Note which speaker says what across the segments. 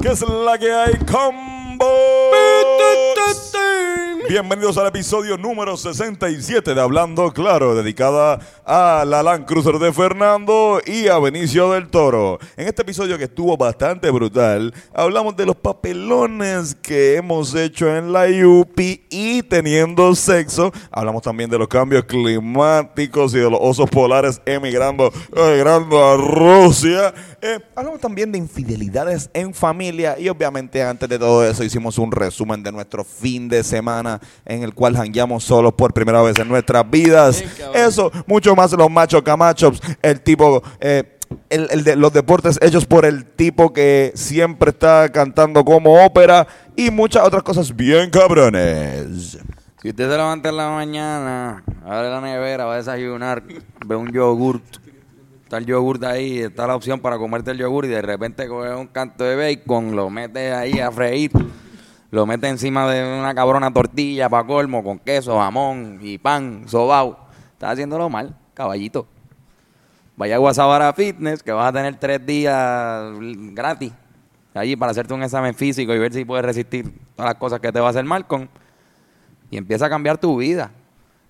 Speaker 1: ¿Qué es la que hay, combo? Bienvenidos al episodio número 67 de Hablando Claro, dedicada a la Land Cruiser de Fernando y a Benicio del Toro. En este episodio que estuvo bastante brutal, hablamos de los papelones que hemos hecho en la UPI y teniendo sexo. Hablamos también de los cambios climáticos y de los osos polares emigrando, emigrando a Rusia. Eh, hablamos también de infidelidades en familia y obviamente antes de todo eso hicimos un resumen de nuestro fin de semana en el cual jangueamos solos por primera vez en nuestras vidas.
Speaker 2: Bien, cabrón.
Speaker 1: Eso, mucho más los machos camachos, el tipo... eh, el- el de- los deportes hechos por el tipo que siempre está cantando como ópera y muchas otras cosas bien cabrones.
Speaker 2: Si usted se levanta en la mañana, abre la nevera, va a desayunar, ve un yogurt, está el yogurt ahí, está la opción para comerte el yogurt y de repente coge un canto de bacon, lo mete ahí a freír, lo mete encima de una cabrona tortilla para colmo, con queso, jamón y pan, sobao. Está haciéndolo mal, caballito. Vaya a Guasabara Fitness, que vas a tener tres días gratis allí para hacerte un examen físico y ver si puedes resistir todas las cosas que te va a hacer mal con y empieza a cambiar tu vida.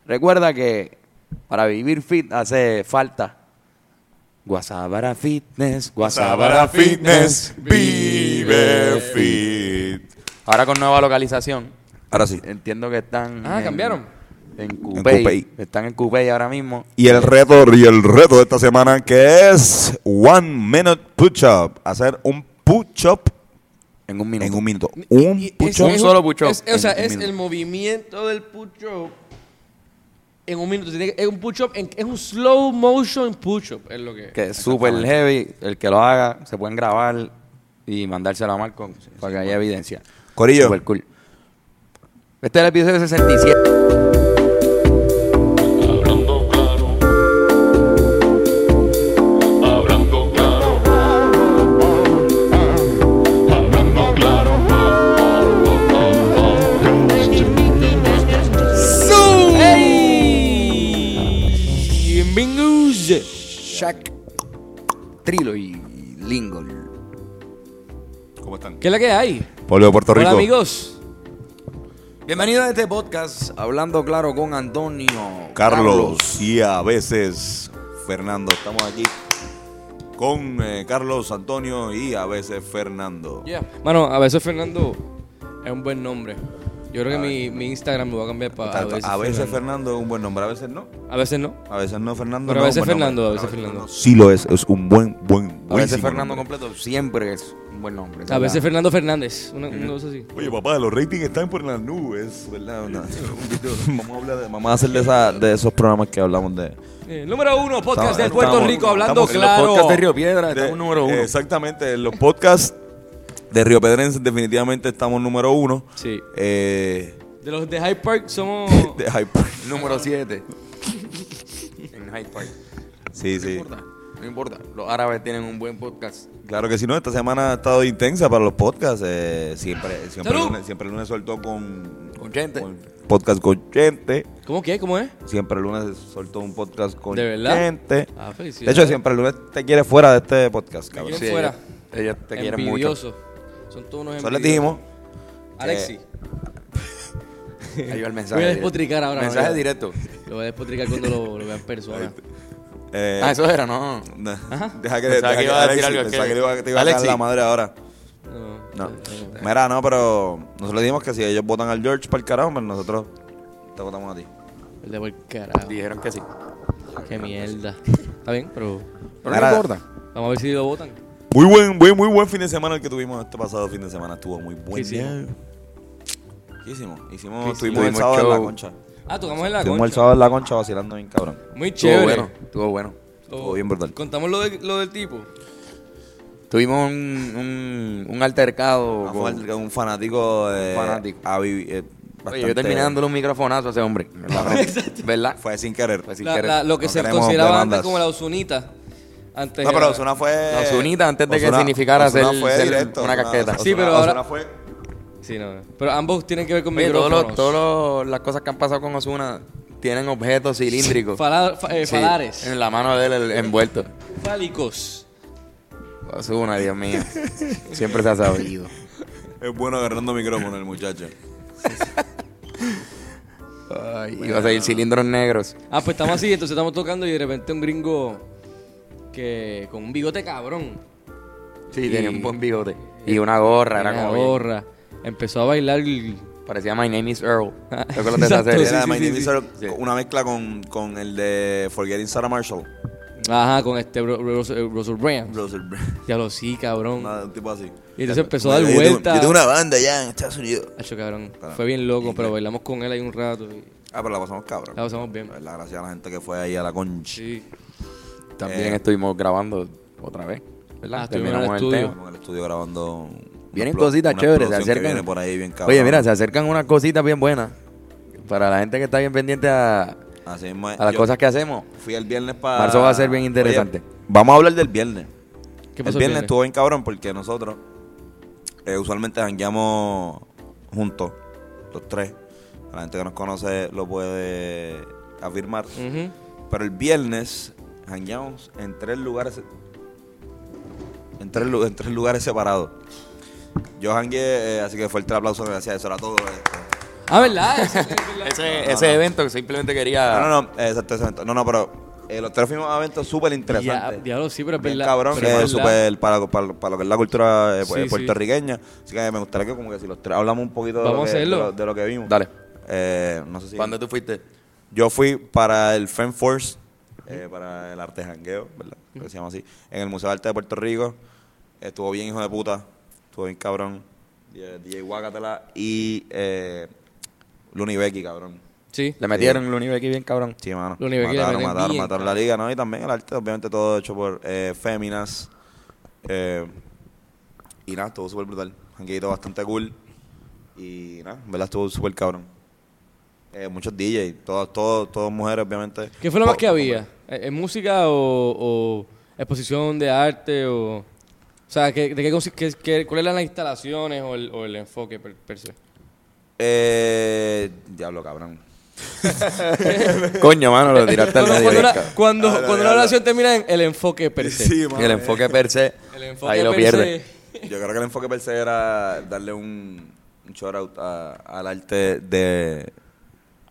Speaker 2: Recuerda que para vivir fit hace falta Guasabara Fitness, Guasabara Fitness.
Speaker 1: vive fit.
Speaker 2: Ahora con nueva localización.
Speaker 1: Ahora sí.
Speaker 2: Entiendo que están
Speaker 3: Ah, cambiaron.
Speaker 2: En Coupey.
Speaker 1: Coupey.
Speaker 2: Están en Coupey ahora mismo.
Speaker 1: Y el reto, y el reto de esta semana que es One Minute Push Up. Hacer un push up
Speaker 2: En un minuto.
Speaker 1: en un minuto.
Speaker 3: Y- y-
Speaker 1: Un push
Speaker 3: es-
Speaker 1: up.
Speaker 3: es-
Speaker 2: solo pucho.
Speaker 3: es- o sea,
Speaker 1: En un
Speaker 3: es
Speaker 1: minuto.
Speaker 3: el movimiento del pucho en un minuto. Tiene que- Es un push-up, en- es un slow motion push-up, es lo que es.
Speaker 2: Que es súper heavy. El que lo haga, se pueden grabar y mandárselo a Marco para que haya evidencia.
Speaker 1: Corillo.
Speaker 2: Súper cool. Este es el episodio 67.
Speaker 4: Hablando claro. Hablando claro. Hablando claro.
Speaker 3: ¡Ey! ¡Bienvenidos!
Speaker 2: Shaq. Trilo y Lingo.
Speaker 1: ¿Cómo están?
Speaker 3: ¿Qué es la que hay?
Speaker 1: Pueblo de Puerto Rico.
Speaker 3: Hola, amigos.
Speaker 2: Bienvenidos a este podcast, hablando claro con Antonio.
Speaker 1: Carlos y a veces Fernando. Estamos aquí con eh, Carlos, Antonio y a veces Fernando.
Speaker 3: Yeah. Mano, a veces Fernando es un buen nombre. Yo creo que mi, mi Instagram me va a cambiar para
Speaker 1: Exacto. A veces Fernando es un buen nombre, a veces no.
Speaker 3: A veces no.
Speaker 1: A veces no, Fernando.
Speaker 3: Pero a
Speaker 1: no es
Speaker 3: veces
Speaker 1: un buen
Speaker 3: Fernando,
Speaker 1: nombre.
Speaker 3: a veces Fernando.
Speaker 1: Sí lo es, es un buen, buen,
Speaker 2: A veces
Speaker 1: buenísimo
Speaker 2: Fernando
Speaker 1: nombre.
Speaker 2: completo siempre es un buen nombre.
Speaker 3: A veces Fernando Fernández. Una, una cosa así.
Speaker 1: Oye, papá, los ratings están por las nubes, ¿verdad? Una- vamos a hablar de, vamos a hacer de, esa- de esos programas que hablamos de.
Speaker 3: Eh, número uno, podcast
Speaker 1: Estamos-
Speaker 3: de Puerto
Speaker 1: estamos-
Speaker 3: Rico, hablando
Speaker 1: estamos en los
Speaker 3: claro.
Speaker 2: Podcast de Río Piedra,
Speaker 1: de-
Speaker 2: estamos número uno.
Speaker 1: Exactamente, los podcasts de Río Pedrense definitivamente estamos número uno.
Speaker 3: Sí.
Speaker 1: Eh,
Speaker 3: De los de Hyde Park somos.
Speaker 2: Oh.
Speaker 1: de Hyper.
Speaker 2: Número 7. en Hyde Park.
Speaker 1: Sí, sí.
Speaker 2: No importa, no importa. Los árabes tienen un buen podcast.
Speaker 1: Claro que sí, no. Esta semana ha estado intensa para los podcasts. eh, siempre, siempre, el
Speaker 3: ¡Salud!
Speaker 1: lunes, siempre el lunes soltó con,
Speaker 2: Con gente.
Speaker 1: con podcast con gente.
Speaker 3: ¿Cómo qué? ¿Cómo es?
Speaker 1: Siempre el lunes soltó un podcast con
Speaker 3: ¿De verdad?
Speaker 1: gente.
Speaker 3: Ah,
Speaker 1: De
Speaker 3: felicidades.
Speaker 1: hecho, siempre el lunes te quiere fuera de este podcast, cabrón.
Speaker 3: quieren fuera.
Speaker 2: Ellos, ellos te quieren mucho.
Speaker 3: Envidioso. Son todos unos
Speaker 1: Eso les
Speaker 3: envidiosos.
Speaker 1: dijimos.
Speaker 3: Alexi,
Speaker 2: Ahí va el mensaje.
Speaker 3: voy
Speaker 2: directo.
Speaker 3: a despotricar ahora. Eh.
Speaker 2: Mensaje
Speaker 3: ¿no?
Speaker 2: directo.
Speaker 3: Lo voy a despotricar cuando lo, lo vean en persona.
Speaker 1: eh,
Speaker 2: Ah, eso era, no.
Speaker 1: na-
Speaker 3: Ajá.
Speaker 1: Deja que, deja
Speaker 2: Pensaba que
Speaker 1: que
Speaker 2: iba a decir
Speaker 1: Alexis-
Speaker 2: algo,
Speaker 1: pensaba
Speaker 2: ¿qué?
Speaker 1: que le iba- te iba a cagar
Speaker 2: Alexis.
Speaker 1: la madre ahora.
Speaker 3: No.
Speaker 1: No. Mira, no, pero nosotros le dijimos que si ellos votan al George para el carajo, pues nosotros te votamos a ti.
Speaker 3: El de por carajo.
Speaker 2: Dijeron que sí.
Speaker 3: Qué mierda. Está bien, pero
Speaker 2: Pero
Speaker 1: Mira,
Speaker 2: no importa.
Speaker 3: vamos a ver si lo votan.
Speaker 1: Muy buen, muy, muy buen fin de semana el que tuvimos este pasado fin de semana. Estuvo muy bueno.
Speaker 3: ¿Qué hicimos?
Speaker 1: ¿Qué hicimos? Hicimos,
Speaker 3: ¿Qué
Speaker 1: estuvimos el
Speaker 2: hicimos?
Speaker 1: sábado en la
Speaker 2: Show.
Speaker 1: concha.
Speaker 3: Ah, tocamos en la
Speaker 1: Estuvimos el
Speaker 3: concha.
Speaker 1: sábado en la concha vacilando bien cabrón.
Speaker 3: Muy
Speaker 2: Estuvo
Speaker 3: chévere.
Speaker 2: bueno. Estuvo bueno.
Speaker 3: Lo-
Speaker 1: Estuvo bien brutal.
Speaker 3: Contamos lo, de- lo del tipo.
Speaker 2: Tuvimos un, un, un altercado.
Speaker 1: Ah,
Speaker 2: con-
Speaker 1: fue el- un fanático. eh,
Speaker 2: Fanático.
Speaker 1: avi- eh,
Speaker 2: Oye,
Speaker 1: bastante-
Speaker 2: yo terminé dándole un microfonazo a ese hombre. en la frente, ¿Verdad?
Speaker 1: Fue sin querer.
Speaker 2: Fue sin
Speaker 3: La-
Speaker 2: querer.
Speaker 3: la- lo que
Speaker 1: no
Speaker 3: se
Speaker 1: queremos
Speaker 3: consideraba
Speaker 1: demandas.
Speaker 3: antes como la Osunita. Antes
Speaker 1: no, pero
Speaker 3: era-
Speaker 1: Osuna fue.
Speaker 2: No, Ozunita, antes de que significara
Speaker 1: Ozuna
Speaker 2: ser- ser una casqueta.
Speaker 3: Sí, pero
Speaker 1: Ozuna-
Speaker 3: ahora-
Speaker 1: Ozuna fue-
Speaker 3: Sí, no, no. Pero ambos tienen que ver con
Speaker 2: Oye, todos
Speaker 3: micrófonos.
Speaker 2: los- todos los- las cosas que han pasado con Osuna tienen objetos cilíndricos.
Speaker 3: Fala- fa- eh,
Speaker 2: Sí,
Speaker 3: Falares.
Speaker 2: En la mano de él el envuelto.
Speaker 3: Fálicos.
Speaker 2: Osuna, Dios mío. Siempre se ha sabido.
Speaker 5: Es bueno agarrando micrófono el muchacho.
Speaker 2: Ay, iba a seguir cilindros negros.
Speaker 3: Ah, pues estamos así, entonces estamos tocando y de repente un gringo que con un bigote cabrón,
Speaker 2: Sí, tenía un buen bigote. Y una gorra, era
Speaker 3: una
Speaker 2: como. bien-
Speaker 3: gorra, empezó a bailar el-
Speaker 2: Parecía My Name is Earl. ¿Te acuerdas de esa
Speaker 3: Exacto,
Speaker 2: serie?
Speaker 3: sí,
Speaker 2: Era
Speaker 3: sí,
Speaker 2: My
Speaker 3: sí,
Speaker 2: Name
Speaker 3: sí.
Speaker 2: is Earl. Sí.
Speaker 1: Una mezcla con, con el de Forgetting Sarah Marshall.
Speaker 3: ajá, con este Ro- Ro- Ro- Russell Brand.
Speaker 1: Russell Brand.
Speaker 3: Ya lo sí, cabrón.
Speaker 1: Nada, un tipo así.
Speaker 3: Y entonces empezó a dar
Speaker 1: Yo tengo-
Speaker 3: vueltas.
Speaker 1: Yo tengo una banda allá en Estados Unidos.
Speaker 3: Hacho, cabrón. Fue bien loco, pero bailamos con él ahí un rato y
Speaker 1: Ah, pero la pasamos cabrón.
Speaker 3: la pasamos bien.
Speaker 1: La verdad, gracias a la gente que fue ahí a la concha.
Speaker 3: Sí.
Speaker 2: También estuvimos grabando otra vez. ¿Verdad?
Speaker 3: Ah, estuvimos en el estudio.
Speaker 1: Estamos en el estudio grabando. un-
Speaker 2: Vienen
Speaker 1: una plo-
Speaker 2: cositas
Speaker 1: una
Speaker 2: chéveres, se
Speaker 1: producción que
Speaker 2: acercan.
Speaker 1: viene por ahí bien cabrón.
Speaker 2: Oye, mira, se acercan unas cositas bien buenas. Para la gente que está bien pendiente a,
Speaker 1: Así mismo es.
Speaker 2: a las
Speaker 1: Yo
Speaker 2: cosas que hacemos.
Speaker 1: Fui el viernes para.
Speaker 2: Marzo va a ser bien interesante.
Speaker 1: vamos a hablar del viernes.
Speaker 3: ¿Qué
Speaker 1: el
Speaker 3: pasó
Speaker 1: viernes, estuvo bien cabrón porque nosotros eh, usualmente jangueamos juntos, los tres. La gente que nos conoce lo puede afirmar.
Speaker 3: Ujú.
Speaker 1: Pero el viernes jangueamos en tres lugares en tres, lu- en tres lugares separados. Yo jangueé, eh, así que fuerte el aplauso, gracias, eso era todo. eh.
Speaker 3: Ah, ¿verdad? Ese- es verdad.
Speaker 2: Ese, evento que simplemente quería.
Speaker 3: Ah.
Speaker 1: No, no, no, eh, exacto, exacto. No, no, pero eh, los tres fuimos a eventos súper
Speaker 3: Ya,
Speaker 1: interesantes.
Speaker 3: diablo, sí, pero es
Speaker 1: Bien
Speaker 3: verdad.
Speaker 1: cabrón,
Speaker 3: pero
Speaker 1: que
Speaker 3: verdad.
Speaker 1: es súper para, para, para lo que es la cultura eh,
Speaker 3: Sí, sí.
Speaker 1: puertorriqueña. Así que me gustaría que como que si los tres hablamos un poquito de lo,
Speaker 3: Vamos a
Speaker 1: que, de
Speaker 3: hacerlo.
Speaker 1: lo, de lo que vimos.
Speaker 2: Dale.
Speaker 1: Eh, no sé si...
Speaker 2: ¿Cuándo tú fuiste?
Speaker 1: Yo fui para el Fan Force, eh, para el arte jangueo, ¿verdad? Que se llama así. En el Museo de Arte de Puerto Rico. Estuvo bien hijo de puta. Estuvo bien cabrón. DJ DJ Guacatela y eh, Luni Becky, cabrón.
Speaker 3: Sí.
Speaker 2: Le metieron el Unive aquí bien cabrón.
Speaker 1: Sí, mano.
Speaker 3: Luni Becky le
Speaker 1: Ah, mataron,
Speaker 3: meten
Speaker 1: mataron,
Speaker 3: bien,
Speaker 1: mataron la liga, ¿no? Y también el arte, obviamente todo hecho por eh, féminas. Eh, y nada, estuvo súper brutal. Jangueito bastante cool. Y nada, en verdad estuvo súper cabrón. Eh, muchos DJs, todas todas todas mujeres, obviamente.
Speaker 3: ¿Qué fue lo más que
Speaker 1: Po-
Speaker 3: había? ¿Eh, ¿Es música o, o exposición de arte o...? O sea, ¿qué, de qué, consi- qué, qué- ¿cuáles eran las instalaciones o el, o el enfoque per, per se?
Speaker 1: Eh, diablo, cabrón.
Speaker 2: Coño, mano, lo tiraste al
Speaker 3: Cuando,
Speaker 2: medio.
Speaker 3: cuando
Speaker 2: bien
Speaker 3: una,
Speaker 2: cabrón.
Speaker 3: cuando, cuando una oración termina en el enfoque per se.
Speaker 2: el enfoque per se.
Speaker 3: El enfoque
Speaker 2: ahí lo
Speaker 3: per
Speaker 2: pierde.
Speaker 3: se.
Speaker 1: Yo creo que el enfoque per se era darle un, un shout out a- al arte de,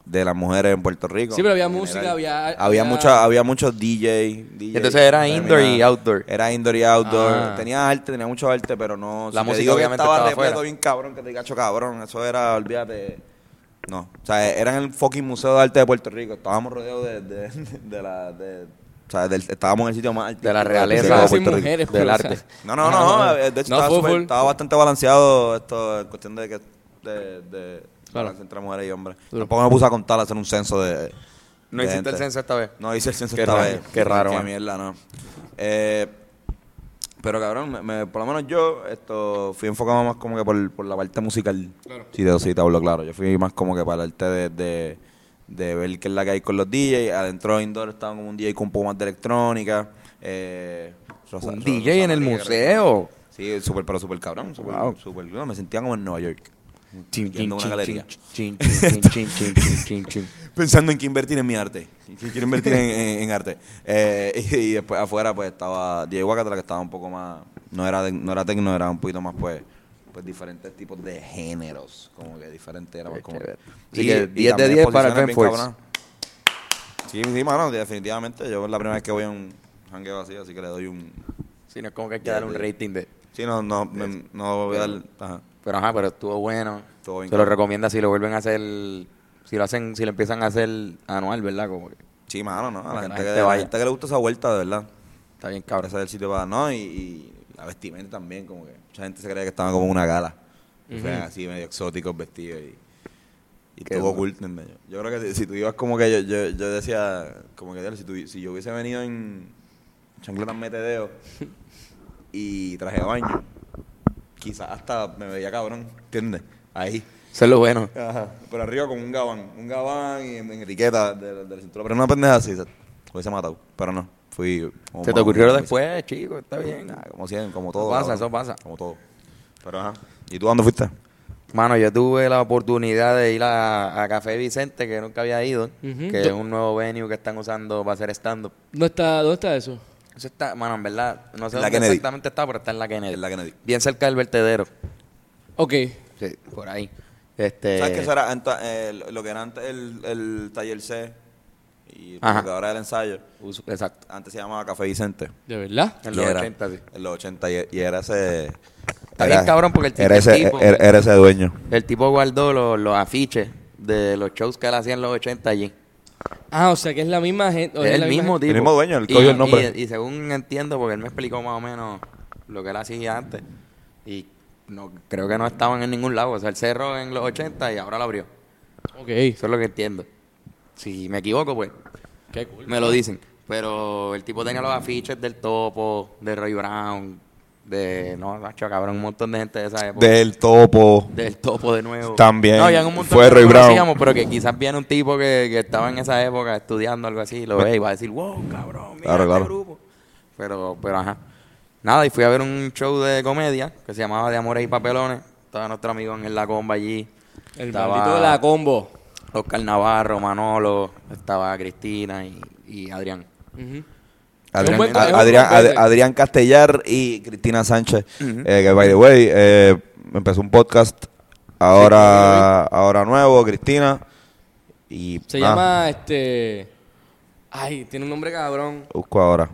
Speaker 1: de las mujeres en Puerto Rico.
Speaker 3: Sí, pero había
Speaker 1: En
Speaker 3: música, había-
Speaker 1: había
Speaker 3: había-
Speaker 1: mucha- había muchos DJ, DJ.
Speaker 2: Entonces era
Speaker 1: Terminaba-
Speaker 2: indoor y outdoor.
Speaker 1: Era indoor y outdoor.
Speaker 3: Ah.
Speaker 1: Tenía arte, tenía mucho arte, pero no.
Speaker 2: La
Speaker 1: te
Speaker 2: música
Speaker 1: digo que
Speaker 2: obviamente
Speaker 1: estaba,
Speaker 2: estaba
Speaker 1: repleto
Speaker 2: afuera.
Speaker 1: bien cabrón, que te cacho cabrón. Eso era, olvídate. No, o sea, era en el fucking Museo de Arte de Puerto Rico. Estábamos rodeados de, de, de la. de- o sea, del- estábamos en el sitio más alto
Speaker 2: De la
Speaker 3: Pensé que
Speaker 2: realeza
Speaker 3: iba a
Speaker 2: de
Speaker 3: decir
Speaker 2: Puerto Rico, del
Speaker 3: mujeres, pero, o sea,
Speaker 2: arte.
Speaker 1: no, no,
Speaker 3: Ajá,
Speaker 1: no. eh, De hecho,
Speaker 3: Ah, No,
Speaker 1: estaba,
Speaker 3: full,
Speaker 1: súper-
Speaker 3: full.
Speaker 1: estaba bastante balanceado esto en cuestión de que. de, de
Speaker 3: Claro.
Speaker 1: balance entre mujeres y hombres.
Speaker 3: Duro.
Speaker 1: Tampoco me puse a contar, a hacer un censo de.
Speaker 2: No
Speaker 1: de
Speaker 2: hiciste el
Speaker 1: gente.
Speaker 2: censo esta vez.
Speaker 1: No hice el censo
Speaker 2: Qué
Speaker 1: esta
Speaker 2: raro,
Speaker 1: vez.
Speaker 2: qué raro,
Speaker 1: Qué
Speaker 2: man.
Speaker 1: mierda, no. Eh, pero cabrón, me- me- por lo menos yo esto fui enfocado más como que por, por la parte musical.
Speaker 3: Claro.
Speaker 1: Sí, te, sí, te hablo claro. Yo fui más como que para el arte de, de, de ver qué es la que hay con los DJs. Adentro indoor estaba como un DJ con un poco más de electrónica. Eh, Rosa-
Speaker 2: Un
Speaker 1: Rosa-
Speaker 2: DJ
Speaker 1: Rosa
Speaker 2: en el
Speaker 1: María,
Speaker 2: museo.
Speaker 1: Sí, súper, pero súper cabrón. Súper,
Speaker 2: Wow.
Speaker 1: súper- no, me sentía como en Nueva York.
Speaker 2: Chin,
Speaker 1: Yendo a una galería.
Speaker 2: chin, chin, chin, chin, chin, chin, chin, chin.
Speaker 1: Pensando en que invertir en mi arte. Que quiero invertir en, en- en arte. Eh, y, y después afuera pues estaba Diego Guacatela que estaba un poco más... No era, de- no era tecno, era un poquito más pues... Pues diferentes tipos de géneros. Como que diferente era más como...
Speaker 2: chévere.
Speaker 1: y-
Speaker 2: Así que
Speaker 1: y
Speaker 2: 10 de
Speaker 1: también
Speaker 2: 10 para el
Speaker 1: exposiciones bien
Speaker 2: Fanforce.
Speaker 1: cabronas. Sí, sí, mano, definitivamente. Yo es la primera vez que voy a un jangueo así, así que le doy un...
Speaker 2: Sí, no es como que hay que darle un rating de.
Speaker 1: Sí, no, no, me- no voy a dar... Ajá.
Speaker 2: Pero ajá, pero estuvo bueno.
Speaker 1: Estuvo bien
Speaker 2: Se lo
Speaker 1: cabrón.
Speaker 2: recomienda si lo vuelven a hacer. Si lo hacen, si lo empiezan a hacer anual, ¿verdad? Como que
Speaker 1: Sí, mano, no. A la
Speaker 2: Para que
Speaker 1: gente,
Speaker 2: la gente
Speaker 1: que, a la
Speaker 2: vaya.
Speaker 1: gente que le gusta esa vuelta, de verdad.
Speaker 2: está bien
Speaker 1: Ahora
Speaker 2: cabrón.
Speaker 1: ese es el sitio para. No, y, y la vestimenta también, como que. Mucha gente se creía que estaban como en una gala. Y fueran así, medio exóticos vestidos y. Y
Speaker 2: Qué
Speaker 1: estuvo
Speaker 2: duro.
Speaker 1: cool, ¿entendés? Yo creo que si- si tú ibas como que yo, yo, yo decía, como que "Diablo, si, tú- si yo hubiese venido en chancletas metedeo y traje de baño, quizás hasta me veía cabrón, ¿entiendes? Ahí.
Speaker 2: Eso es lo bueno.
Speaker 1: Ajá. Pero arriba con un gabán. Un gabán y en, en etiqueta de, de la cintura. Pero una pendeja así. Se, hubiese matado. Pero no. Fui. como
Speaker 2: Se te
Speaker 1: más-
Speaker 2: ocurrió
Speaker 1: como-
Speaker 2: después, chico, está bien.
Speaker 1: Nah, como siempre, como todo.
Speaker 2: pasa,
Speaker 1: cabrón.
Speaker 2: eso pasa.
Speaker 1: Como todo. Pero ajá. ¿Y tú dónde fuiste?
Speaker 2: Mano, yo tuve la oportunidad de ir a, a Café Vicente, que nunca había ido,
Speaker 3: Ujú.
Speaker 2: que
Speaker 3: Do-
Speaker 2: es un nuevo venue que están usando para hacer stand-up.
Speaker 3: ¿Dónde está, ¿Dónde está eso?
Speaker 2: Eso está, mano, en verdad, no sé
Speaker 1: En la
Speaker 2: dónde
Speaker 1: Kennedy.
Speaker 2: exactamente está, pero está en la Kennedy.
Speaker 1: En la Kennedy.
Speaker 2: Bien cerca del vertedero.
Speaker 3: Ok.
Speaker 2: Sí, por ahí. Este,
Speaker 1: ¿Sabes qué? Eso era anta- eh, lo- lo que era antes el, el taller C y
Speaker 2: Ajá.
Speaker 1: lo que ahora es el ensayo.
Speaker 2: uso- Exacto.
Speaker 1: Antes se llamaba Café Vicente.
Speaker 3: ¿De verdad?
Speaker 2: En los
Speaker 1: Y era-
Speaker 2: 80, sí.
Speaker 1: En los 80 y, y era ese...
Speaker 2: Está bien cabrón porque el tipo-
Speaker 1: era ese,
Speaker 2: el tipo-
Speaker 1: era, era ese dueño.
Speaker 2: El tipo guardó los, los afiches de los shows que él hacía en los 80 allí.
Speaker 3: Ah, o sea que es la misma gente. o
Speaker 2: Es
Speaker 3: es
Speaker 2: el
Speaker 3: la misma
Speaker 2: mismo
Speaker 3: gente.
Speaker 2: tipo.
Speaker 1: El mismo dueño, él
Speaker 2: Y-
Speaker 1: cogió el nombre.
Speaker 2: Y, y según entiendo, porque él me explicó más o menos lo que él hacía antes. Y no creo que no estaban en ningún lado. O sea, él cerró en los 80 y ahora lo abrió.
Speaker 3: Ok.
Speaker 2: Eso es lo que entiendo. Si me equivoco, pues
Speaker 3: Qué cool.
Speaker 2: me lo dicen. Pero el tipo tenía los afiches del Topo, de Roy Brown, de. No, macho, cabrón, un montón de gente de esa época.
Speaker 1: Del topo.
Speaker 2: Del topo de nuevo.
Speaker 1: También
Speaker 2: No, habían un montón
Speaker 1: fue
Speaker 2: que no
Speaker 1: Roy Brown.
Speaker 2: conocíamos, pero que quizás viene un tipo que, que estaba en esa época estudiando algo así, lo ve y va a decir, wow, cabrón, mira
Speaker 1: Claro,
Speaker 2: este
Speaker 1: claro.
Speaker 2: grupo. Pero, pero ajá. Nada, y fui a ver un show de comedia que se llamaba De Amores y Papelones. Estaba nuestro amigo en la comba allí.
Speaker 3: El
Speaker 2: Estaba-
Speaker 3: maldito de la combo.
Speaker 2: Oscar Navarro, Manolo, estaba Cristina y, y Adrián.
Speaker 3: Ujú. Es un
Speaker 1: Adrián,
Speaker 3: buen-
Speaker 1: Ad-
Speaker 3: es un
Speaker 1: Adrián,
Speaker 3: buen
Speaker 1: Ad-
Speaker 3: concepto.
Speaker 1: Adrián Castellar y Cristina Sánchez, eh, que by the way, eh, empezó un podcast ahora, ahora nuevo, Cristina. Y
Speaker 2: Ah.
Speaker 3: Se
Speaker 1: nada,
Speaker 3: llama este. Ay, tiene un nombre cabrón.
Speaker 1: Busco ahora.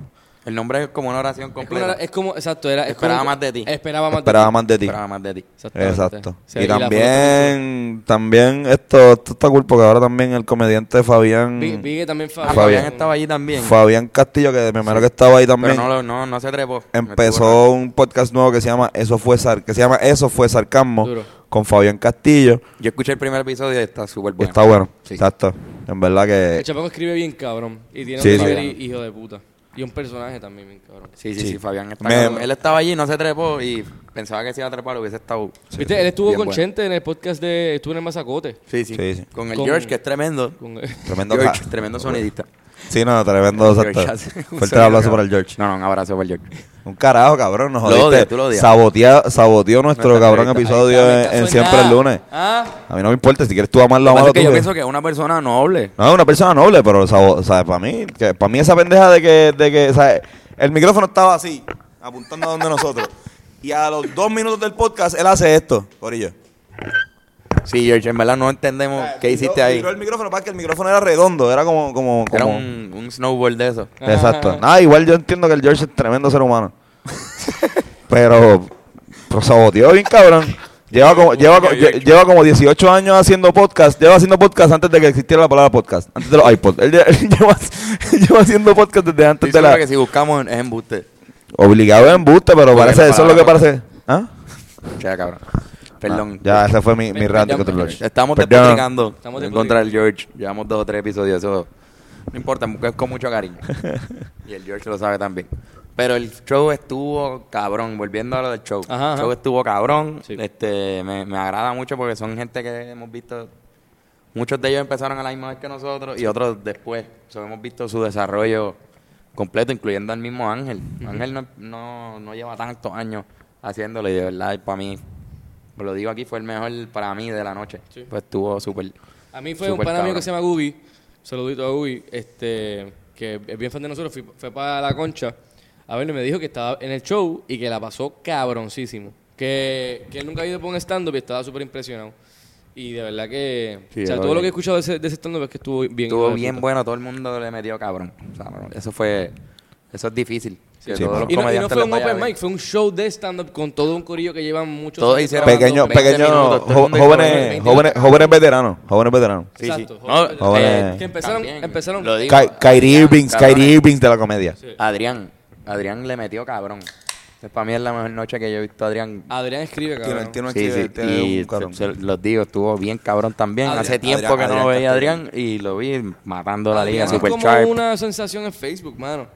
Speaker 2: El nombre es como una oración
Speaker 3: Es como, una-
Speaker 2: completa.
Speaker 3: es como- exacto, era. es
Speaker 2: Esperaba
Speaker 3: como-
Speaker 2: más de ti.
Speaker 3: Esperaba más
Speaker 1: Esperaba
Speaker 3: de
Speaker 1: más de ti. Ah,
Speaker 2: Esperaba más de ti.
Speaker 3: ti. Exactamente.
Speaker 1: Exacto.
Speaker 3: Sí,
Speaker 1: y
Speaker 3: la
Speaker 1: también, también esto, esto está cool porque ahora también el comediante Fabián,
Speaker 3: foto- Vi, vi que también
Speaker 2: Ah,
Speaker 3: Fabián.
Speaker 2: Fabián estaba allí también.
Speaker 1: Fabián Castillo, que me imagino que estaba ahí
Speaker 2: pero
Speaker 1: también,
Speaker 2: no, lo- no, no se trepó.
Speaker 1: empezó un podcast nuevo que se llama Eso fue Sar- que se llama Eso fue sarcasmo
Speaker 3: Duro.
Speaker 1: con Fabián Castillo.
Speaker 2: Yo escuché el primer episodio y está súper
Speaker 1: Y
Speaker 2: bueno.
Speaker 1: Está bueno,
Speaker 2: Sí.
Speaker 1: exacto. En verdad
Speaker 3: El
Speaker 1: que.
Speaker 3: chapango escribe bien cabrón. Y tiene
Speaker 1: Sí,
Speaker 3: un nivel
Speaker 2: sí.
Speaker 3: hi- hijo de puta. Y un personaje también bien cabrón.
Speaker 2: Sí, sí,
Speaker 1: Sí.
Speaker 2: sí, Fabián está
Speaker 1: Me-
Speaker 2: cabrón. Él estaba allí, no se trepó y pensaba que se iba a trepar, hubiese estado.
Speaker 3: Viste, él estuvo
Speaker 2: Bien
Speaker 3: con
Speaker 2: bueno.
Speaker 3: Chente en el podcast de. Estuvo en el Mazacote.
Speaker 2: Sí, sí.
Speaker 1: Sí, sí.
Speaker 2: Con el
Speaker 3: Con-
Speaker 2: George, que es tremendo.
Speaker 3: Con
Speaker 1: Tremendo
Speaker 2: George,
Speaker 1: ca-
Speaker 2: tremendo sonidista.
Speaker 1: Sí, no, tremendo.
Speaker 2: George
Speaker 1: exacto.
Speaker 2: hace un
Speaker 1: Fuerte
Speaker 2: sonido,
Speaker 1: aplauso
Speaker 2: cabrón.
Speaker 1: para el George.
Speaker 2: No, no, un abrazo para el George.
Speaker 1: Un carajo, cabrón. Nos
Speaker 2: Lo
Speaker 1: jodiste.
Speaker 2: odias, tú lo odias.
Speaker 1: Sabotea- saboteó nuestro
Speaker 2: Nuestra
Speaker 1: cabrón
Speaker 2: entrevista.
Speaker 1: episodio en, en Siempre el lunes.
Speaker 3: Ah,
Speaker 1: A mí no me importa. Si quieres tú amarlo,
Speaker 2: Lo malo
Speaker 1: amalo
Speaker 2: es que
Speaker 1: tú.
Speaker 2: yo
Speaker 1: que-
Speaker 2: pienso que es una persona noble.
Speaker 1: No, es una persona noble, pero sabo- o sea, para mí, que, para mí esa pendeja de que, de que o sea, el micrófono estaba así, apuntando a donde nosotros. Y a los dos minutos del podcast, él hace esto, Corillo.
Speaker 2: Sí, George, en verdad no entendemos
Speaker 3: Ah,
Speaker 2: qué hiciste
Speaker 1: Miró-
Speaker 2: ahí.
Speaker 1: miró el micrófono, para que el micrófono era redondo, era como. como,
Speaker 2: Era
Speaker 1: como-
Speaker 2: un, un snowball de eso.
Speaker 1: Exacto. Ah, igual yo entiendo que el George es tremendo ser humano. pero, pero saboteó bien, cabrón. Lleva como, lleva, co- lle- lleva como 18 años haciendo podcast. Lleva haciendo podcast antes de que existiera la palabra podcast. Antes de los iPods. Él, lle- él lleva, lleva haciendo podcast desde antes
Speaker 2: Estoy
Speaker 1: de
Speaker 2: seguro
Speaker 1: la.
Speaker 2: que si buscamos es embuste.
Speaker 1: Obligado en embuste, pero
Speaker 2: Porque
Speaker 1: parece,
Speaker 2: la
Speaker 1: eso es lo que
Speaker 2: palabra-
Speaker 1: parece. ¿Ah?
Speaker 2: O sea, cabrón. Perdón.
Speaker 1: Ah, ya, ese fue mi, mi rant contra
Speaker 3: Perdón,
Speaker 1: el
Speaker 3: perdón.
Speaker 1: George.
Speaker 2: Estamos
Speaker 1: Perdón.
Speaker 2: despotricando
Speaker 3: Estamos
Speaker 2: en
Speaker 3: despotricando.
Speaker 2: contra del George. Llevamos dos o tres episodios. Eso no importa, es con mucho cariño. y el George lo sabe también. Pero el show estuvo cabrón. Volviendo a lo del show.
Speaker 3: Ajá,
Speaker 2: el
Speaker 3: ajá.
Speaker 2: show estuvo cabrón.
Speaker 3: Sí.
Speaker 2: Este, me, me agrada mucho porque son gente que hemos visto. Muchos de ellos empezaron a la misma vez que nosotros y otros después. O sea, hemos visto su desarrollo completo, incluyendo al mismo Ángel. Ángel no, no, no lleva tantos años haciéndolo y de verdad, para mí, lo digo aquí, fue el mejor para mí de la noche.
Speaker 3: Sí.
Speaker 2: Pues estuvo súper.
Speaker 3: a mí fue un
Speaker 2: súper
Speaker 3: pana mío
Speaker 2: cabrón.
Speaker 3: que se llama Gubi. Saludito a Gubi. Este, que es bien fan de nosotros. Fui- fue para la concha. A ver, me dijo que estaba en el show y que la pasó cabroncísimo. Que, que él nunca ha ido por un stand-up y estaba súper impresionado. Y de verdad que.
Speaker 2: Sí,
Speaker 3: o
Speaker 2: yo
Speaker 3: sea,
Speaker 2: lo
Speaker 3: todo lo
Speaker 2: vi.
Speaker 3: que he escuchado de ese, de ese stand-up es que estuvo bien. hijo
Speaker 2: Estuvo
Speaker 3: de
Speaker 2: bien
Speaker 3: puta.
Speaker 2: bueno, todo el mundo le metió cabrón. O sea, no, eso fue. Eso es difícil. que
Speaker 1: Sí,
Speaker 2: todos
Speaker 1: mano.
Speaker 2: los
Speaker 3: Y no, y no
Speaker 2: comediantes
Speaker 3: fue un
Speaker 2: les vaya
Speaker 3: open
Speaker 2: bien.
Speaker 3: mic, fue un show de stand-up con todo un corillo que llevan muchos
Speaker 2: Todos
Speaker 3: años
Speaker 2: hicieron
Speaker 1: Pequeño,
Speaker 3: trabajando.
Speaker 2: Veinte
Speaker 1: pequeño,
Speaker 2: minutos, todo el
Speaker 1: jo-
Speaker 2: mundo hizo
Speaker 1: jóvenes,
Speaker 2: 20
Speaker 1: jóvenes, jóvenes veteranos, jóvenes veteranos.
Speaker 2: Sí, sí.
Speaker 3: Exacto.
Speaker 2: No,
Speaker 3: jóvenes.
Speaker 1: jóvenes.
Speaker 3: Que empezaron- empezaron-
Speaker 2: Lo digo,
Speaker 1: Ky- Kyrie
Speaker 2: Adrián,
Speaker 1: Irving,
Speaker 2: cabrones.
Speaker 1: Kyrie Irving de la comedia.
Speaker 2: Adrián. Adrián le metió cabrón. Para mí es la mejor noche que yo he visto a Adrián.
Speaker 3: Adrián escribe, cabrón.
Speaker 1: Tiene- tiene
Speaker 2: Sí,
Speaker 1: aquí-
Speaker 2: sí,
Speaker 1: tiene
Speaker 2: y
Speaker 1: un cabrón.
Speaker 2: se- se los digo, estuvo bien cabrón también.
Speaker 3: Adrián,
Speaker 2: Hace tiempo
Speaker 1: Adrián,
Speaker 2: que no
Speaker 1: Adrián
Speaker 2: lo veía a Adrián
Speaker 1: Castillo.
Speaker 2: y lo vi matando la liga
Speaker 3: Adrián
Speaker 2: super
Speaker 3: es como
Speaker 2: sharp.
Speaker 3: una sensación en Facebook, mano.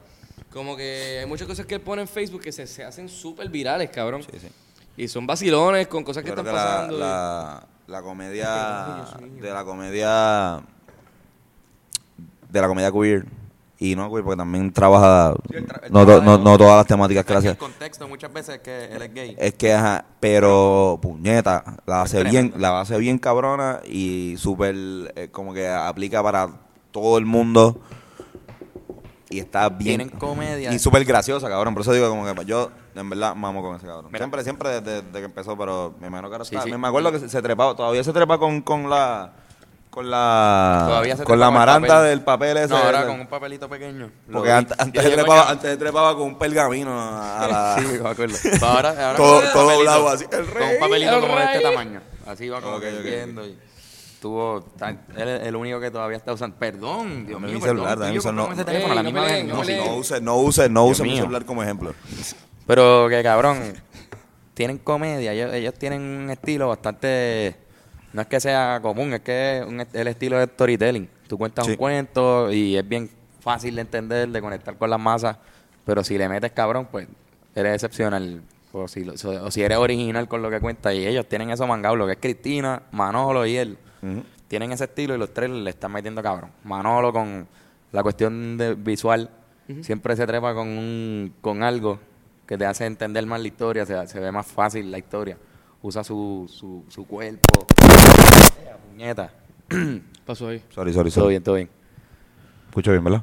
Speaker 3: Como que hay muchas cosas que él pone en Facebook que se, se hacen súper virales, cabrón.
Speaker 1: Sí, sí.
Speaker 3: Y son vacilones con cosas que
Speaker 1: Yo creo
Speaker 3: están
Speaker 1: que la,
Speaker 3: pasando. y-
Speaker 1: la, la comedia de la comedia de la comedia queer y no queer porque también trabaja
Speaker 2: tra- el
Speaker 1: no, to- no,
Speaker 2: trabajo-
Speaker 1: no todas las temáticas que hace
Speaker 2: contexto muchas veces que él es gay.
Speaker 1: es que ajá, pero puñeta la hace bien
Speaker 2: tremendo.
Speaker 1: la hace bien cabrona y súper eh, como que aplica para todo el mundo y está bien.
Speaker 2: Tienen comedia.
Speaker 1: Y súper graciosa, cabrón. Por eso digo, como que yo, en verdad, mamo con ese cabrón. Siempre, siempre desde, desde que empezó, pero me imagino que ahora
Speaker 2: Sí,
Speaker 1: está-
Speaker 2: sí.
Speaker 1: Me, me acuerdo que se, se trepaba, todavía se trepa con, con la. Con la.
Speaker 2: Todavía se
Speaker 1: con la
Speaker 2: trepa el
Speaker 1: maranta
Speaker 2: papel.
Speaker 1: del papel ese.
Speaker 2: No, ahora
Speaker 1: ese.
Speaker 2: con un papelito pequeño. Lo
Speaker 1: Porque
Speaker 2: vi.
Speaker 1: antes, antes,
Speaker 3: Yo
Speaker 1: se
Speaker 3: me
Speaker 1: trepaba,
Speaker 3: ca-
Speaker 1: antes se trepaba con un pergamino a la.
Speaker 2: Sí, me acuerdo. Pero ahora, ahora
Speaker 1: Todo-
Speaker 2: con un
Speaker 1: todo
Speaker 2: papelito,
Speaker 1: doblado así. El
Speaker 2: con un papelito
Speaker 3: el
Speaker 2: como de este
Speaker 3: rey.
Speaker 2: tamaño. Así va como
Speaker 1: Ok,
Speaker 2: que
Speaker 1: ok, ok.
Speaker 2: viendo y tuvo tan- él es el único que todavía está usando. Perdón, Dios
Speaker 1: Dame
Speaker 2: mío,
Speaker 1: mi
Speaker 2: perdón,
Speaker 1: celular,
Speaker 2: tú
Speaker 1: dame
Speaker 2: y
Speaker 1: mi
Speaker 2: yo
Speaker 1: celular.
Speaker 2: compramos ese teléfono a
Speaker 3: Ey,
Speaker 2: la
Speaker 3: no
Speaker 2: misma
Speaker 3: peleen,
Speaker 2: vez,
Speaker 3: no
Speaker 2: no,
Speaker 3: peleen.
Speaker 1: No use, no use, no use mi
Speaker 2: mío.
Speaker 1: celular como ejemplo.
Speaker 2: Pero que cabrón, tienen comedia, ellos, ellos tienen un estilo bastante, no es que sea común, es que es un est- el estilo de storytelling. Tú cuentas
Speaker 1: Sí.
Speaker 2: un cuento y es bien fácil de entender, de conectar con las masas, pero si le metes cabrón, pues eres excepcional. O si, lo- so- o si eres original con lo que cuentas. Y ellos tienen eso mangado, lo que es Cristina, Manolo y él. Tienen ese estilo y los tres le están metiendo cabrón. Manolo con la cuestión de visual, siempre se trepa con, un, con algo que te hace entender más la historia, se, se ve más fácil la historia. Usa su, su, su cuerpo. Eh, puñeta.
Speaker 3: Pasó ahí.
Speaker 1: Sorry, sorry,
Speaker 2: Todo
Speaker 1: sorry.
Speaker 2: bien, todo bien.
Speaker 1: Escucho bien, ¿verdad?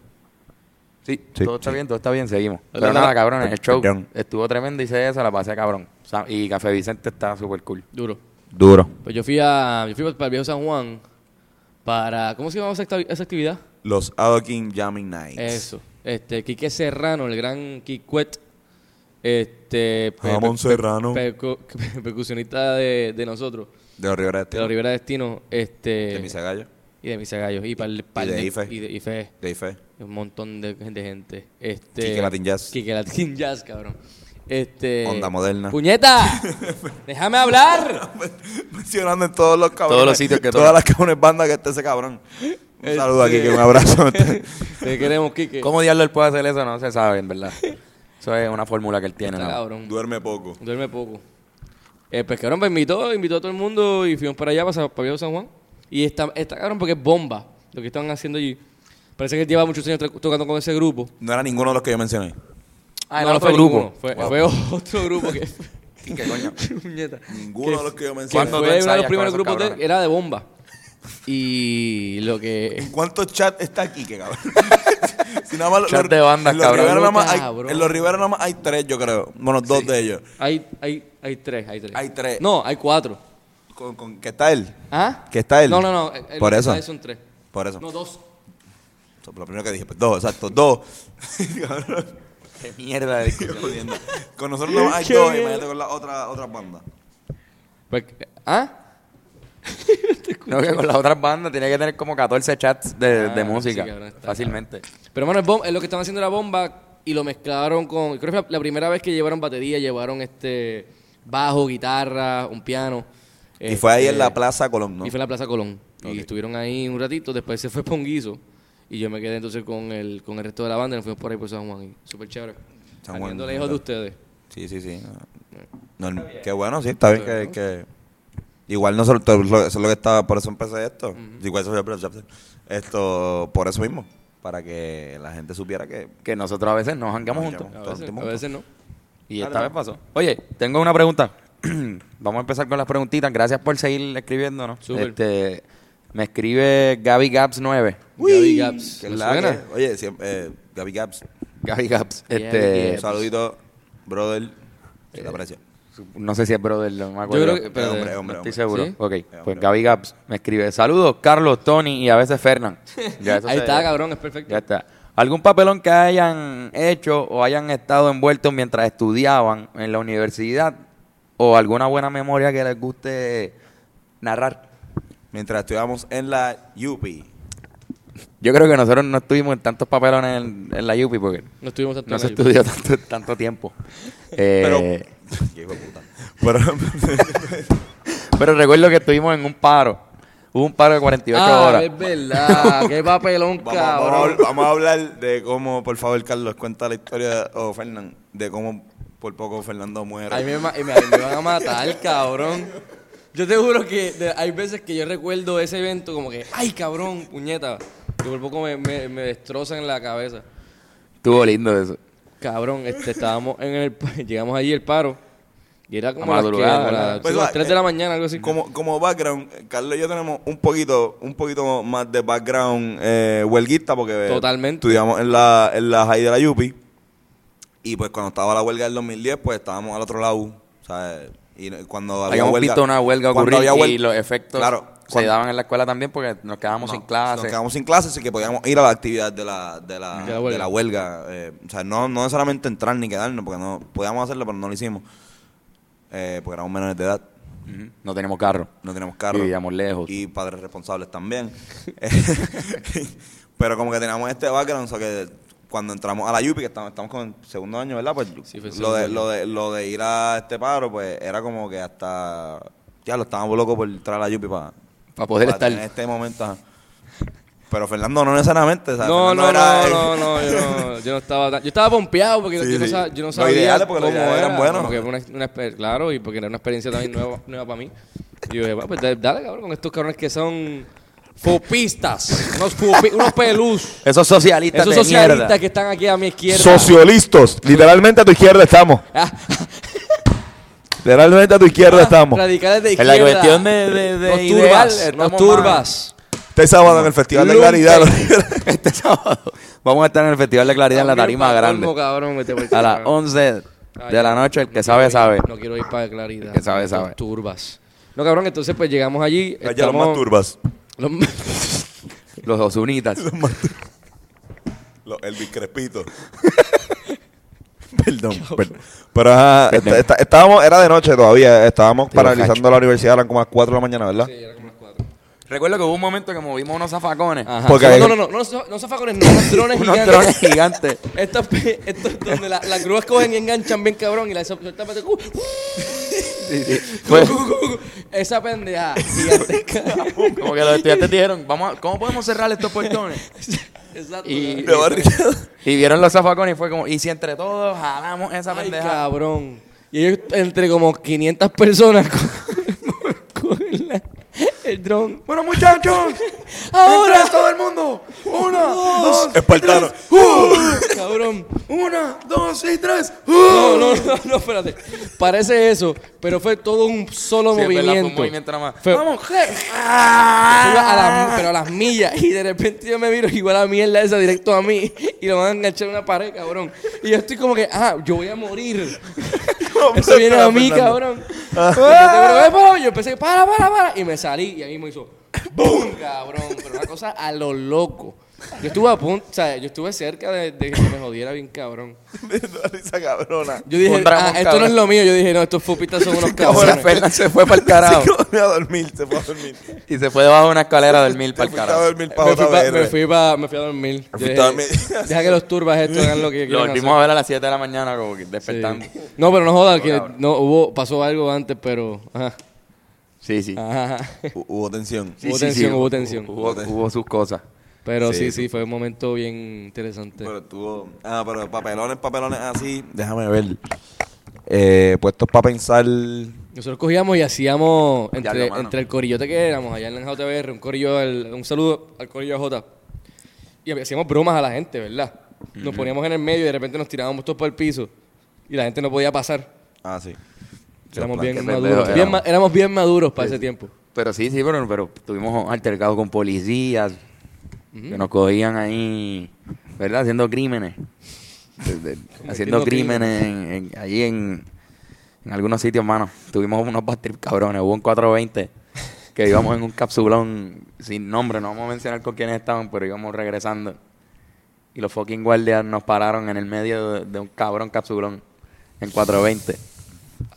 Speaker 2: Sí,
Speaker 1: Sí,
Speaker 2: todo está
Speaker 1: sí.
Speaker 2: bien, todo está bien, seguimos.
Speaker 1: La-
Speaker 2: Pero
Speaker 1: la-
Speaker 2: nada, cabrón, el show
Speaker 1: Perdón.
Speaker 2: estuvo tremendo, hice eso, la pasé cabrón. Sa- Y Café Vicente está súper cool.
Speaker 3: Duro.
Speaker 1: Duro.
Speaker 3: Pues yo fui a. Yo fui para el viejo San Juan para. ¿Cómo se llamaba esa, acta- esa actividad?
Speaker 1: Los Adoquin Jamming Nights.
Speaker 3: Eso. Este, Quique Serrano, el gran Quicuet. Este. pe-
Speaker 1: Jamón
Speaker 3: pe-
Speaker 1: Serrano.
Speaker 3: percu- percusionista de, de nosotros,
Speaker 1: De los Rivera
Speaker 3: de la
Speaker 1: Destino.
Speaker 3: Rivera Destino. Este.
Speaker 1: De Misagallo.
Speaker 3: Y de Misagallos. Y para el par
Speaker 1: de Ife.
Speaker 3: Y de Ife.
Speaker 1: De Ife.
Speaker 3: Un montón de, de gente. Este,
Speaker 1: Quique Latin Jazz.
Speaker 3: Quique Latin Jazz, cabrón. Este,
Speaker 1: Onda Moderna.
Speaker 3: ¡Puñeta! ¡Déjame hablar!
Speaker 1: Mencionando en todos los cabrones.
Speaker 2: Todos los sitios que
Speaker 1: Todas
Speaker 2: toca.
Speaker 1: las cabrones bandas que esté ese cabrón. Un saludo
Speaker 3: Este-
Speaker 1: aquí, que un abrazo.
Speaker 3: Te queremos, Quique.
Speaker 2: ¿Cómo diablo él puede hacer eso? No se sabe, en verdad. Eso es una fórmula que él tiene.
Speaker 3: Está
Speaker 2: ¿no?
Speaker 3: cabrón.
Speaker 1: Duerme poco.
Speaker 3: Duerme poco. El pues, cabrón, me invitó, invitó a todo el mundo y fuimos para allá, para, Sa- para Viejo San Juan. Y está, está cabrón porque es bomba lo que están haciendo allí. Parece que él lleva muchos años tra- tocando con ese grupo.
Speaker 1: No era ninguno de los que yo mencioné.
Speaker 2: Ah, el
Speaker 3: No, no
Speaker 2: otro
Speaker 3: fue
Speaker 2: grupo.
Speaker 3: ninguno, Fue, fue otro grupo que...
Speaker 2: ¿Qué coño?
Speaker 3: Puñeta.
Speaker 1: Ninguno de los que yo
Speaker 3: Que
Speaker 1: mencioné.
Speaker 2: ¿Cuándo tú
Speaker 3: fue uno de
Speaker 2: ensayas
Speaker 3: los
Speaker 2: con esos
Speaker 3: primeros grupos de-
Speaker 2: cabrones?
Speaker 3: era de bomba. Y lo que.
Speaker 1: ¿En cuántos chats está aquí, que cabrón? si nada más lo-
Speaker 2: Chat
Speaker 1: lo-
Speaker 2: de bandas,
Speaker 1: en los
Speaker 2: cabrón.
Speaker 1: Rivera nada más hay-
Speaker 3: Cabrón.
Speaker 1: en los Rivera nada más hay tres, yo creo. Bueno, dos de ellos.
Speaker 3: Hay, hay, hay tres, hay tres.
Speaker 1: Hay tres.
Speaker 3: No, hay cuatro.
Speaker 1: Con, con, ¿Qué está él?
Speaker 3: ¿Ah?
Speaker 1: ¿Que está él?
Speaker 3: No, no, no. el- el
Speaker 1: Por
Speaker 3: que
Speaker 1: eso.
Speaker 3: está ahí Son tres.
Speaker 1: Por eso.
Speaker 3: No, dos.
Speaker 1: Eso fue Lo primero que dije, pues, dos, exacto, dos. Cabrón,
Speaker 2: Qué mierda de discusión.
Speaker 1: jodiendo. con nosotros nada más hay
Speaker 3: Qué
Speaker 1: dos,
Speaker 3: bien.
Speaker 1: imagínate con la otra, otra banda.
Speaker 3: Pues, ¿Ah?
Speaker 2: No, que con las otras bandas tiene que tener como 14 chats de, de
Speaker 3: Ah,
Speaker 2: música.
Speaker 3: sí, cabrón, está
Speaker 2: fácilmente.
Speaker 3: Pero bueno, es, bom- es lo que estaban haciendo era bomba y lo mezclaron con. Creo que fue la, la primera vez que llevaron batería, llevaron este bajo, guitarra, un piano.
Speaker 1: Y fue ahí en
Speaker 3: este,
Speaker 1: la Plaza Colón, ¿no?
Speaker 3: Y fue en la Plaza Colón. Y estuvieron ahí un ratito, después se fue Ponguizo. Y yo me quedé entonces con el, con el resto de la banda y nos fuimos por ahí por San Juan. Y súper chévere.
Speaker 1: San Juan,
Speaker 3: Saliendo lejos de ustedes.
Speaker 1: Sí, sí, sí.
Speaker 3: Ah,
Speaker 1: No, no, qué bueno, sí, está bien que, que- Igual nosotros, lo- eso es lo que estaba, por eso empecé esto. Igual eso fue- Esto, por eso mismo, para que la gente supiera que...
Speaker 2: Que nosotros a veces nos jangueamos
Speaker 1: Nos
Speaker 2: juntos.
Speaker 3: A
Speaker 1: Todo el
Speaker 3: veces,
Speaker 1: tiempo.
Speaker 3: a veces no.
Speaker 2: Y esta vez pasó. Oye, tengo una pregunta. Vamos a empezar con las preguntitas. Gracias por seguir escribiéndonos.
Speaker 3: Súper.
Speaker 2: Este, me escribe Gaby Gaps 9.
Speaker 3: Gaby Gaps.
Speaker 1: Que
Speaker 3: ¿Me
Speaker 1: la que-
Speaker 3: suena?
Speaker 1: oye, siempre, eh, Gaby Gaps,
Speaker 2: Gaby Gaps.
Speaker 3: Gaby
Speaker 2: Este,
Speaker 1: un saludito, brother, que te
Speaker 3: Eh,
Speaker 1: aprecio.
Speaker 2: No sé si es brother, no me acuerdo.
Speaker 3: creo que-
Speaker 1: Eh,
Speaker 3: pero-
Speaker 1: hombre,
Speaker 2: No
Speaker 1: hombre,
Speaker 2: estoy
Speaker 1: hombre.
Speaker 2: seguro.
Speaker 3: ¿Sí?
Speaker 2: Ok,
Speaker 1: hombre.
Speaker 2: pues Gaby Gaps me escribe. Saludos, Carlos, Tony y a veces Fernán. Ya eso
Speaker 3: Ahí
Speaker 2: se-
Speaker 3: está, cabrón, es perfecto.
Speaker 2: Ya está. ¿Algún papelón que hayan hecho o hayan estado envueltos mientras estudiaban en la universidad? ¿O alguna buena memoria que les guste narrar?
Speaker 1: Mientras estudiamos en la UP,
Speaker 2: Yo creo que nosotros no estuvimos en tantos papelones en, en la UPI porque
Speaker 3: No estuvimos tanto
Speaker 2: no
Speaker 3: en
Speaker 2: se
Speaker 3: la-
Speaker 2: estudió tanto, tanto tiempo. Eh,
Speaker 1: Qué hijo de puta. Pero,
Speaker 2: pero recuerdo que estuvimos en un paro. Hubo un paro de 48
Speaker 3: Ah,
Speaker 2: horas.
Speaker 3: es verdad. Qué papelón,
Speaker 1: Vamos, vamos a
Speaker 3: cabrón.
Speaker 1: hablar- vamos a hablar de cómo, por favor, Carlos, cuenta la historia, o Fernán, de cómo por poco Fernando muere.
Speaker 3: Ahí me, ma- me- ahí me van a matar, cabrón. Yo te juro que de- hay veces que yo recuerdo ese evento como que, ay, cabrón, puñeta. Que por poco me, me, me destrozan la cabeza.
Speaker 2: Estuvo lindo eso.
Speaker 3: Cabrón, este, estábamos en el... pa- Llegamos allí el paro. Y era como
Speaker 2: A
Speaker 3: a las, que,
Speaker 2: madrugada,
Speaker 3: como
Speaker 2: ¿verdad?
Speaker 3: las-
Speaker 1: Pues,
Speaker 3: sí, las
Speaker 1: va,
Speaker 3: 3 de la
Speaker 1: eh,
Speaker 3: mañana, algo así.
Speaker 1: Como, como background, eh, Carlos y yo tenemos un poquito, un poquito más de background eh, huelguista porque eh,
Speaker 3: Totalmente.
Speaker 1: estudiamos en la, en la high de la Yupi y pues cuando estaba la huelga del 2010 pues estábamos al otro lado, ¿sabes? Y no- cuando había
Speaker 2: Habíamos
Speaker 1: huelga,
Speaker 2: visto una huelga
Speaker 1: cuando
Speaker 2: ocurrir
Speaker 1: había huel-
Speaker 2: y los efectos
Speaker 1: Claro,
Speaker 2: se
Speaker 1: cuando-
Speaker 2: daban en la escuela también porque nos quedábamos
Speaker 1: no,
Speaker 2: sin clases.
Speaker 1: Nos quedamos sin clases, así que podíamos ir a la actividad de la, de la,
Speaker 3: De la huelga.
Speaker 1: de la huelga, eh, o sea, no, no necesariamente entrar ni quedarnos, porque no podíamos hacerlo, pero no lo hicimos. Eh, porque éramos menores de edad,
Speaker 2: Ujú. No tenemos carro.
Speaker 1: no teníamos carro.
Speaker 2: Y vivíamos lejos.
Speaker 1: Y padres responsables también. pero como que teníamos este background, o sea, que cuando entramos a la Yupi, que estamos, estamos con el segundo año, ¿verdad? Pues
Speaker 3: Sí, fue el
Speaker 1: lo,
Speaker 3: segundo
Speaker 1: de,
Speaker 3: año.
Speaker 1: lo, de, lo de ir a este paro, pues era como que hasta. Ya lo estábamos locos por entrar a la Yupi para
Speaker 2: Para poder estar.
Speaker 1: en este momento. ajá. Pero Fernando no necesariamente, o sea,
Speaker 3: No,
Speaker 1: Fernando
Speaker 3: no,
Speaker 1: era
Speaker 3: no,
Speaker 1: el-
Speaker 3: no, no, yo no, yo no estaba tan- Yo estaba pompeado porque
Speaker 1: Sí,
Speaker 3: yo, no
Speaker 1: sí.
Speaker 3: sa- yo no
Speaker 1: Los
Speaker 3: sabía
Speaker 1: ideales, porque los
Speaker 3: cómo
Speaker 1: ideales eran
Speaker 3: era,
Speaker 1: buenos.
Speaker 3: porque fue una, una exper- claro, y porque era una experiencia también nueva, nueva para mí. Y yo dije, "Va, pues dale, dale, cabrón, con estos cabrones que son fopistas, unos, fopi- unos pelús,
Speaker 2: Esos socialistas
Speaker 3: esos
Speaker 2: de
Speaker 3: socialistas
Speaker 2: mierda.
Speaker 3: que están aquí a mi izquierda. Ah,
Speaker 5: Socialistas. Literalmente a tu izquierda estamos. Literalmente a tu
Speaker 2: Ah,
Speaker 5: izquierda estamos.
Speaker 3: Radicales de
Speaker 2: En la
Speaker 3: izquierda.
Speaker 2: cuestión de- de- de
Speaker 3: los
Speaker 2: ideal,
Speaker 3: turbas,
Speaker 2: estamos
Speaker 3: los turbas.
Speaker 5: Este sábado en el Festival de
Speaker 3: Lumpen.
Speaker 5: Claridad.
Speaker 2: este sábado vamos a estar en el Festival de Claridad en la
Speaker 3: Cabrón,
Speaker 2: tarima
Speaker 3: pa'l
Speaker 2: grande.
Speaker 3: colmo, cabrón, vete por el
Speaker 2: A las
Speaker 3: carajo.
Speaker 2: 11
Speaker 3: Ay,
Speaker 2: de la
Speaker 3: no,
Speaker 2: noche, el que
Speaker 3: no
Speaker 2: sabe,
Speaker 3: quiero
Speaker 2: sabe.
Speaker 3: ir, No quiero ir para Claridad.
Speaker 2: que sabe,
Speaker 3: Estos
Speaker 2: sabe.
Speaker 3: Turbas. No, cabrón, entonces pues llegamos allí.
Speaker 5: Allá los más
Speaker 3: estamos-
Speaker 5: turbas.
Speaker 3: los más-
Speaker 2: Los osunitas.
Speaker 5: Los- el discrepito. perdón, perdón. Pero ajá,
Speaker 1: este,
Speaker 2: Perdón.
Speaker 5: esta- esta- estábamos, era de noche todavía. Estábamos
Speaker 2: Te lo
Speaker 5: paralizando la universidad, eran como a las 4 de la mañana, ¿verdad?
Speaker 3: Sí, era como las cuatro.
Speaker 2: Recuerdo que hubo un momento que movimos unos zafacones.
Speaker 3: Ajá.
Speaker 5: Porque
Speaker 3: no,
Speaker 5: hay-
Speaker 3: no, no, no, no, so- no zafacones, no, unos drones
Speaker 2: Unos
Speaker 3: gigantes.
Speaker 2: drones gigantes.
Speaker 3: Estos, pe- estos donde la- las grúas cogen y enganchan bien cabrón y la sueltan para uh,
Speaker 2: Sí, sí. Fue-
Speaker 3: esa pendeja gigantesca.
Speaker 2: como que los estudiantes dijeron, vamos a- ¿cómo podemos cerrar estos portones?
Speaker 3: Exacto.
Speaker 2: Y,
Speaker 1: De barriada.
Speaker 2: y vieron los zafacones y fue como, y si entre todos jalamos esa
Speaker 3: Ay,
Speaker 2: pendeja.
Speaker 3: cabrón. Y ellos entre como 500 personas co- cogen la- el dron.
Speaker 2: Bueno, muchachos,
Speaker 3: Ahora,
Speaker 2: ¡Entra todo el mundo. Una, dos,
Speaker 5: Espartano.
Speaker 3: cabrón.
Speaker 2: una, dos y tres. Uh.
Speaker 3: No, no, no, no, espérate. Parece eso, pero fue todo un solo
Speaker 2: Sí, es verdad,
Speaker 3: movimiento.
Speaker 2: fue un movimiento nada más.
Speaker 3: Fue-
Speaker 2: Vamos, Ah.
Speaker 3: Yo iba a las- pero a las millas. Y de repente yo me miro y va la mierda esa directo a mí. Y lo van a enganchar en una pared, cabrón. Y yo estoy como que, ah, yo voy a morir. Eso viene a mí, cabrón.
Speaker 2: Ah.
Speaker 3: Pero yo, te- pero, eh, pero, yo empecé, para, para, para. Y me salí y ahí me hizo, ¡boom! Cabrón. Pero una cosa a lo loco. Yo estuve a punto, o sea, yo estuve cerca de, de que me jodiera bien, cabrón.
Speaker 1: Esa cabrona.
Speaker 3: Yo dije,
Speaker 2: Un dragón,
Speaker 3: ah, esto no
Speaker 2: cabrón.
Speaker 3: es lo mío. Yo dije, no, estos fupitas son unos
Speaker 2: Ahora
Speaker 3: cabrones.
Speaker 2: Fernan se fue para el carajo
Speaker 1: Se fue a dormir, se fue a dormir.
Speaker 2: y se fue debajo de una escalera del mil
Speaker 1: Se
Speaker 2: para el
Speaker 1: fue a
Speaker 2: carajo.
Speaker 1: dormir para
Speaker 3: Me fui,
Speaker 1: otra
Speaker 3: pa- me,
Speaker 1: vez.
Speaker 3: fui pa- me fui a dormir. Yo
Speaker 1: fuiste
Speaker 3: dije,
Speaker 1: a dormir.
Speaker 3: Deja que los turbas estos hagan lo que
Speaker 2: Lo
Speaker 3: quieran
Speaker 2: volvimos a ver a las 7 de la mañana, como que
Speaker 3: hacer.
Speaker 2: despertando.
Speaker 3: Sí. No, pero no jodas, que
Speaker 2: cabrón.
Speaker 3: no, hubo, pasó algo antes, pero... Ajá,
Speaker 2: Sí, sí.
Speaker 3: ajá, ajá.
Speaker 1: Hu- Hubo tensión.
Speaker 2: Sí,
Speaker 3: Hubo
Speaker 2: sí, sí,
Speaker 3: tensión, hubo tensión.
Speaker 2: Ah, Hubo, hubo sus cosas.
Speaker 3: Pero
Speaker 1: Sí,
Speaker 3: sí, sí, fue un momento bien interesante.
Speaker 1: Pero tuvo. Ah, pero papelones, papelones así. Déjame ver. Eh, puestos para pensar.
Speaker 3: Nosotros cogíamos y hacíamos, entre,
Speaker 2: mano.
Speaker 3: entre el corillote que éramos allá en la JBR, un corillo, al- un saludo al corillo J. Y hacíamos bromas a la gente, ¿verdad? Nos poníamos en el medio y de repente nos tirábamos todos por el piso y la gente no podía pasar.
Speaker 1: Ah, sí.
Speaker 3: Éramos
Speaker 1: plan,
Speaker 3: bien
Speaker 2: qué
Speaker 3: maduros.
Speaker 2: pendejo
Speaker 3: Bien
Speaker 2: éramos.
Speaker 3: ma- éramos bien maduros para ese tiempo.
Speaker 2: Pero sí, sí, pero, pero tuvimos altercados con policías que nos cogían ahí, ¿verdad? Haciendo crímenes. De- de- haciendo crímenes en- en- allí en, en algunos sitios, mano. Tuvimos unos bad trip cabrones. Hubo un 420 que íbamos en un capsulón sin nombre. No vamos a mencionar con quiénes estaban, pero íbamos regresando. Y los fucking guardias nos pararon en el medio de, de un cabrón capsulón en 420.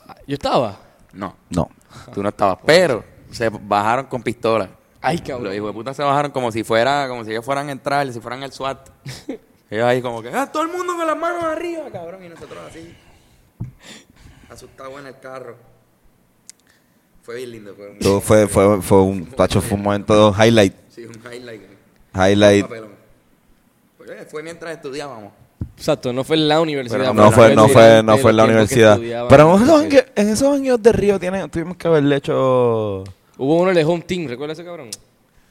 Speaker 3: Ah, Yo estaba.
Speaker 2: No.
Speaker 1: No.
Speaker 2: Tú no estabas. Pero se bajaron con pistola.
Speaker 3: Ay,
Speaker 2: Los
Speaker 3: cabrón.
Speaker 2: hijos de puta se bajaron como si fuera, como si ellos fueran a entrar, si fueran el SWAT. ellos ahí como que, "Ah, todo el mundo con las manos arriba, cabrón. Y nosotros así. Asustados en el carro. Fue bien lindo, fue un,
Speaker 1: Todo fue, fue, fue un. Tacho, fue un momento highlight.
Speaker 2: sí, un highlight. un
Speaker 1: Highlight.
Speaker 2: papelón. Pues, eh, fue mientras estudiáamos.
Speaker 3: Exacto, no fue en la universidad.
Speaker 2: Pero
Speaker 1: No fue, no fue, no
Speaker 3: durante
Speaker 1: fue en la
Speaker 3: los tiempos que
Speaker 1: universidad.
Speaker 3: estudiaba.
Speaker 1: Pero en esos, años, en esos años de Río tiene- tuvimos que haberle hecho.
Speaker 3: Hubo uno de Home Team, ¿recuerdas ese cabrón?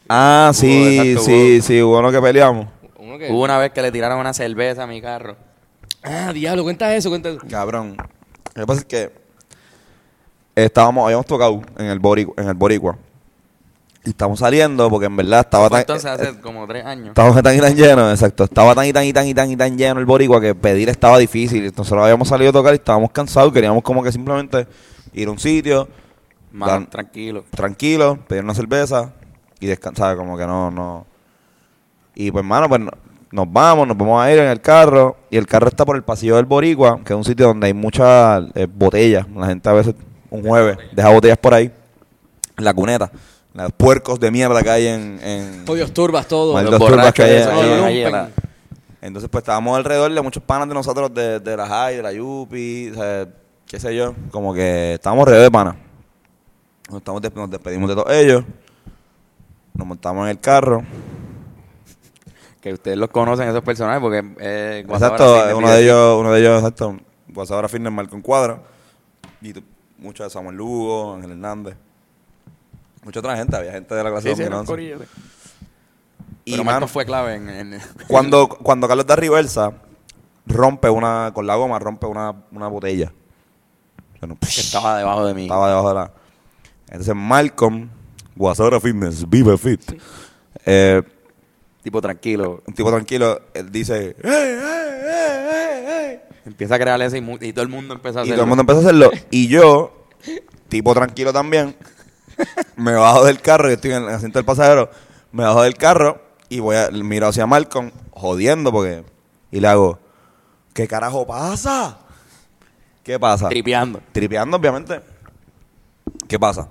Speaker 1: Ah,
Speaker 2: Hubo,
Speaker 1: sí,
Speaker 2: exacto,
Speaker 1: sí,
Speaker 2: hubo.
Speaker 1: sí, hubo uno que peleamos.
Speaker 3: Uno que...
Speaker 2: Hubo una vez que le tiraron una cerveza a mi carro.
Speaker 3: Ah, diablo, cuenta eso, cuenta eso.
Speaker 1: Cabrón. Lo que pasa es que estábamos, habíamos tocado en el Boricua, en el Boricua. Y estamos saliendo porque en verdad estaba
Speaker 2: Fue
Speaker 1: tan,
Speaker 2: entonces hace como tres años.
Speaker 1: estaba tan y tan lleno, exacto. Estaba tan y tan y tan y tan y tan lleno el boricua que pedir estaba difícil. Entonces habíamos salido a tocar y estábamos cansados. Queríamos como que simplemente ir a un sitio,
Speaker 2: Más
Speaker 1: Dan-
Speaker 2: tranquilo.
Speaker 1: tranquilo, pedir una cerveza y descansar, como que no, no. Y pues, mano, pues no- nos vamos, nos vamos a ir en el carro. Y el carro está por el pasillo del Boricua, que es un sitio donde hay muchas eh, botellas. La gente a veces, un jueves, deja botellas por ahí. En la cuneta. Los puercos de mierda que hay en. en-
Speaker 3: Pollos turbas, todo.
Speaker 1: Maldo-
Speaker 2: Los
Speaker 1: turbas
Speaker 2: borrachos
Speaker 1: que
Speaker 2: de
Speaker 1: hay
Speaker 2: esos
Speaker 1: ahí.
Speaker 2: que van allí,
Speaker 3: Lumpen.
Speaker 2: la-
Speaker 1: Entonces, pues estábamos alrededor de muchos panas de nosotros, de, de la High, de la Yupi, o sea, qué sé yo. Como que estábamos alrededor de panas. Nos, estamos des- nos despedimos de todos ellos. Nos montamos en el carro.
Speaker 2: Que ustedes los conocen esos personajes porque... eh, cuando ahora sí les
Speaker 1: exacto, uno
Speaker 2: pide-
Speaker 1: de ellos, uno de ellos, exacto. Guasadora Fitness, Malcolm Cuadra. Y tú- mucho de Samuel Lugo, Ángel Hernández. Mucha otra gente, había gente de la clase
Speaker 2: Sí,
Speaker 1: de
Speaker 2: sí, era un
Speaker 1: 2011.
Speaker 2: corillo, sí.
Speaker 1: Y,
Speaker 2: Pero
Speaker 1: mano,
Speaker 2: Marcos fue clave en... en-
Speaker 1: cuando, cuando Carlos da reversa, rompe una, con la goma, rompe una, una botella. O sea, no,
Speaker 2: que estaba debajo de mí.
Speaker 1: Estaba debajo de la. Entonces Malcolm,
Speaker 5: Guasadora Fitness, vive fit.
Speaker 1: eh,
Speaker 2: Tipo tranquilo.
Speaker 1: un tipo tranquilo, él dice. "Eh, eh, eh, eh, eh".
Speaker 2: Empieza a crear ese y, mu- y todo el mundo empieza a
Speaker 1: Y
Speaker 2: hacerlo.
Speaker 1: todo el mundo empezó a hacerlo. Y yo, tipo tranquilo también, me bajo del carro, yo estoy en el asiento del pasajero, me bajo del carro y voy a, miro hacia Malcolm, jodiendo porque. Y le hago, ¿qué carajo pasa? ¿Qué pasa?
Speaker 2: tripeando.
Speaker 1: Tripeando, obviamente. ¿Qué pasa?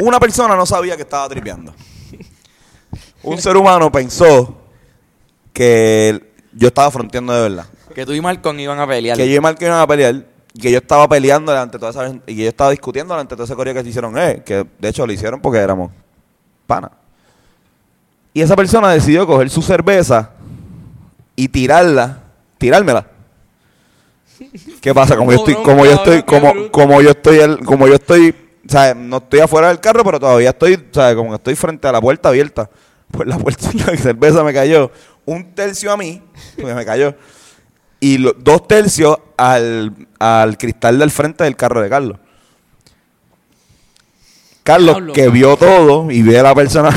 Speaker 1: Una persona no sabía que estaba tripeando. Un ser humano pensó que el- yo estaba fronteando de verdad.
Speaker 2: Que tú y Malcolm iban a pelear.
Speaker 1: Que yo y Marco iban a pelear. Y que yo estaba peleando delante de toda esa gente, Y que yo estaba discutiendo delante de todo ese coreo que se hicieron. Eh, que de hecho lo hicieron porque éramos pana. Y esa persona decidió coger su cerveza y tirarla. Tirármela. ¿Qué pasa? Como yo estoy,
Speaker 3: Cabrón,
Speaker 1: como yo estoy,
Speaker 3: cabrón, qué
Speaker 1: como,
Speaker 3: bruto.
Speaker 1: como yo estoy, el- como yo estoy, o sea, no estoy afuera del carro, pero todavía estoy, o sea, como que estoy frente a la puerta abierta. Pues la puerta, la cerveza me cayó un tercio a mí, porque me cayó, y lo- dos tercios al, al cristal del frente del carro de Carlos. Carlos,
Speaker 3: Diablo,
Speaker 1: que
Speaker 3: cabrón.
Speaker 1: vio todo y vio a la persona,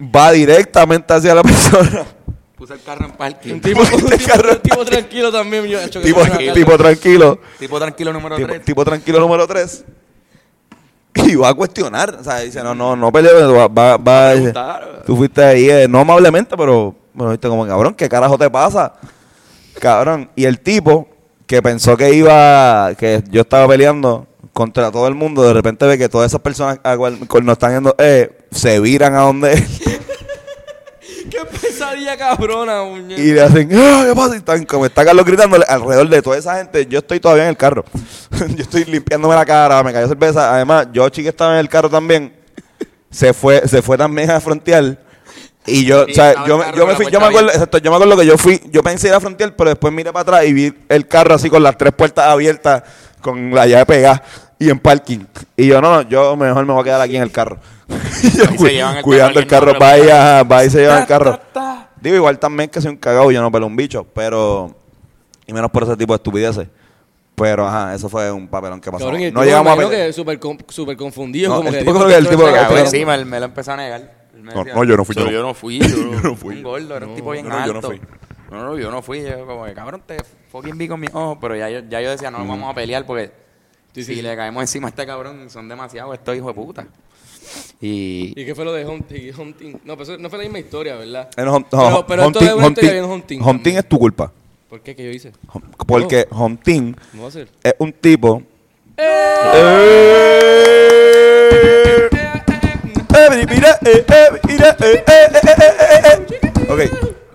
Speaker 1: va directamente hacia la persona.
Speaker 2: Puse el carro en parking.
Speaker 3: Un tipo, un tipo-
Speaker 1: Este carro-
Speaker 3: un tipo tranquilo también. Yo, hecho, que
Speaker 1: Tipo,
Speaker 3: se me saca-
Speaker 1: tipo tranquilo.
Speaker 2: Tipo tranquilo número
Speaker 1: tipo,
Speaker 2: 3.
Speaker 1: tipo tranquilo número 3. Y va a cuestionar. O sea, dice, no, no, no peleo. Va, va, va- dice, tú fuiste ahí, eh, no amablemente, pero bueno, viste como, cabrón, ¿qué carajo te pasa? Cabrón. Y el tipo que pensó que iba, que yo estaba peleando contra todo el mundo, de repente ve que todas esas personas a cual, cual nos están yendo, eh, se viran a donde él.
Speaker 3: Qué pesadilla cabrona, muñeca.
Speaker 1: Y le hacen, "Ah, ¿qué pasa? Y están como está Carlos gritándole alrededor de toda esa gente. Yo estoy todavía en el carro. yo estoy limpiándome la cara, me cayó cerveza. Además, yo que estaba en el carro también. Se fue, se fue también a frontear. Y yo,
Speaker 2: Sí,
Speaker 1: o sea,
Speaker 2: estaba
Speaker 1: yo,
Speaker 2: el
Speaker 1: me-
Speaker 2: carro
Speaker 1: yo me
Speaker 2: con la
Speaker 1: fui, yo me
Speaker 2: puerta
Speaker 1: acuerdo,
Speaker 2: abierta.
Speaker 1: exacto, yo me acuerdo que yo fui, yo pensé ir a frontear, pero después miré para atrás y vi el carro así con las tres puertas abiertas, con la llave pegada y en parking. Y yo, no, no, yo mejor me voy a quedar aquí en el carro. Y yo,
Speaker 2: Ahí se llevan el
Speaker 1: cuidando
Speaker 2: carro,
Speaker 1: el carro,
Speaker 2: alguien no
Speaker 1: vaya,
Speaker 2: pregunta.
Speaker 1: ajá, va y se lleva el carro.
Speaker 2: Ta, ta, ta.
Speaker 1: Digo, igual también que soy un cagado, yo no pelo un bicho, pero. Y menos por ese tipo de estupideces. Pero, ajá, eso fue un papelón que pasó.
Speaker 3: Cabrón, y el
Speaker 1: no
Speaker 3: tipo me
Speaker 1: llegamos a
Speaker 3: imagino
Speaker 1: pelear.
Speaker 3: que súper con- súper confundido.
Speaker 1: No,
Speaker 3: como
Speaker 1: el
Speaker 3: que
Speaker 1: tipo
Speaker 3: dijo,
Speaker 1: creo que el
Speaker 3: "Esto
Speaker 1: tipo-
Speaker 3: es
Speaker 2: Se
Speaker 3: la
Speaker 2: cagó
Speaker 1: Cabrón.
Speaker 3: cabrón".
Speaker 2: encima, él me lo empezó a negar. Él me
Speaker 5: No,
Speaker 2: decía,
Speaker 5: no, yo no fui, yo
Speaker 2: "So,
Speaker 5: no-
Speaker 2: Yo no fui, yo no fui.
Speaker 5: fui.
Speaker 2: Un gordo, era un tipo bien
Speaker 5: No, no, yo no
Speaker 2: alto.
Speaker 5: fui.
Speaker 2: No, no, yo no fui. Yo como que, cabrón, te fucking vi con mis ojos. Pero ya yo, ya yo decía, no nos vamos a pelear porque
Speaker 3: Sí,
Speaker 2: si
Speaker 3: sí, sí.
Speaker 2: le caemos encima a este cabrón, son demasiados estos hijos de puta.
Speaker 3: ¿Y
Speaker 2: Y
Speaker 3: qué fue lo de Hunting? Hunting? No, pero eso no fue la misma historia, ¿verdad?
Speaker 1: Eh, no, hom-
Speaker 3: Pero-
Speaker 1: hom-
Speaker 3: pero esto
Speaker 1: homting-
Speaker 3: es una historia
Speaker 1: homting-
Speaker 3: bien homting
Speaker 1: homting
Speaker 3: también.
Speaker 1: es tu culpa.
Speaker 3: ¿Por qué? ¿Qué yo hice?
Speaker 1: Hom- Porque Homting
Speaker 3: ¿Cómo va a ser?
Speaker 1: es un tipo. Eh, mira, eh, eh, mira, eh, eh, eh, eh, eh, eh. Ok.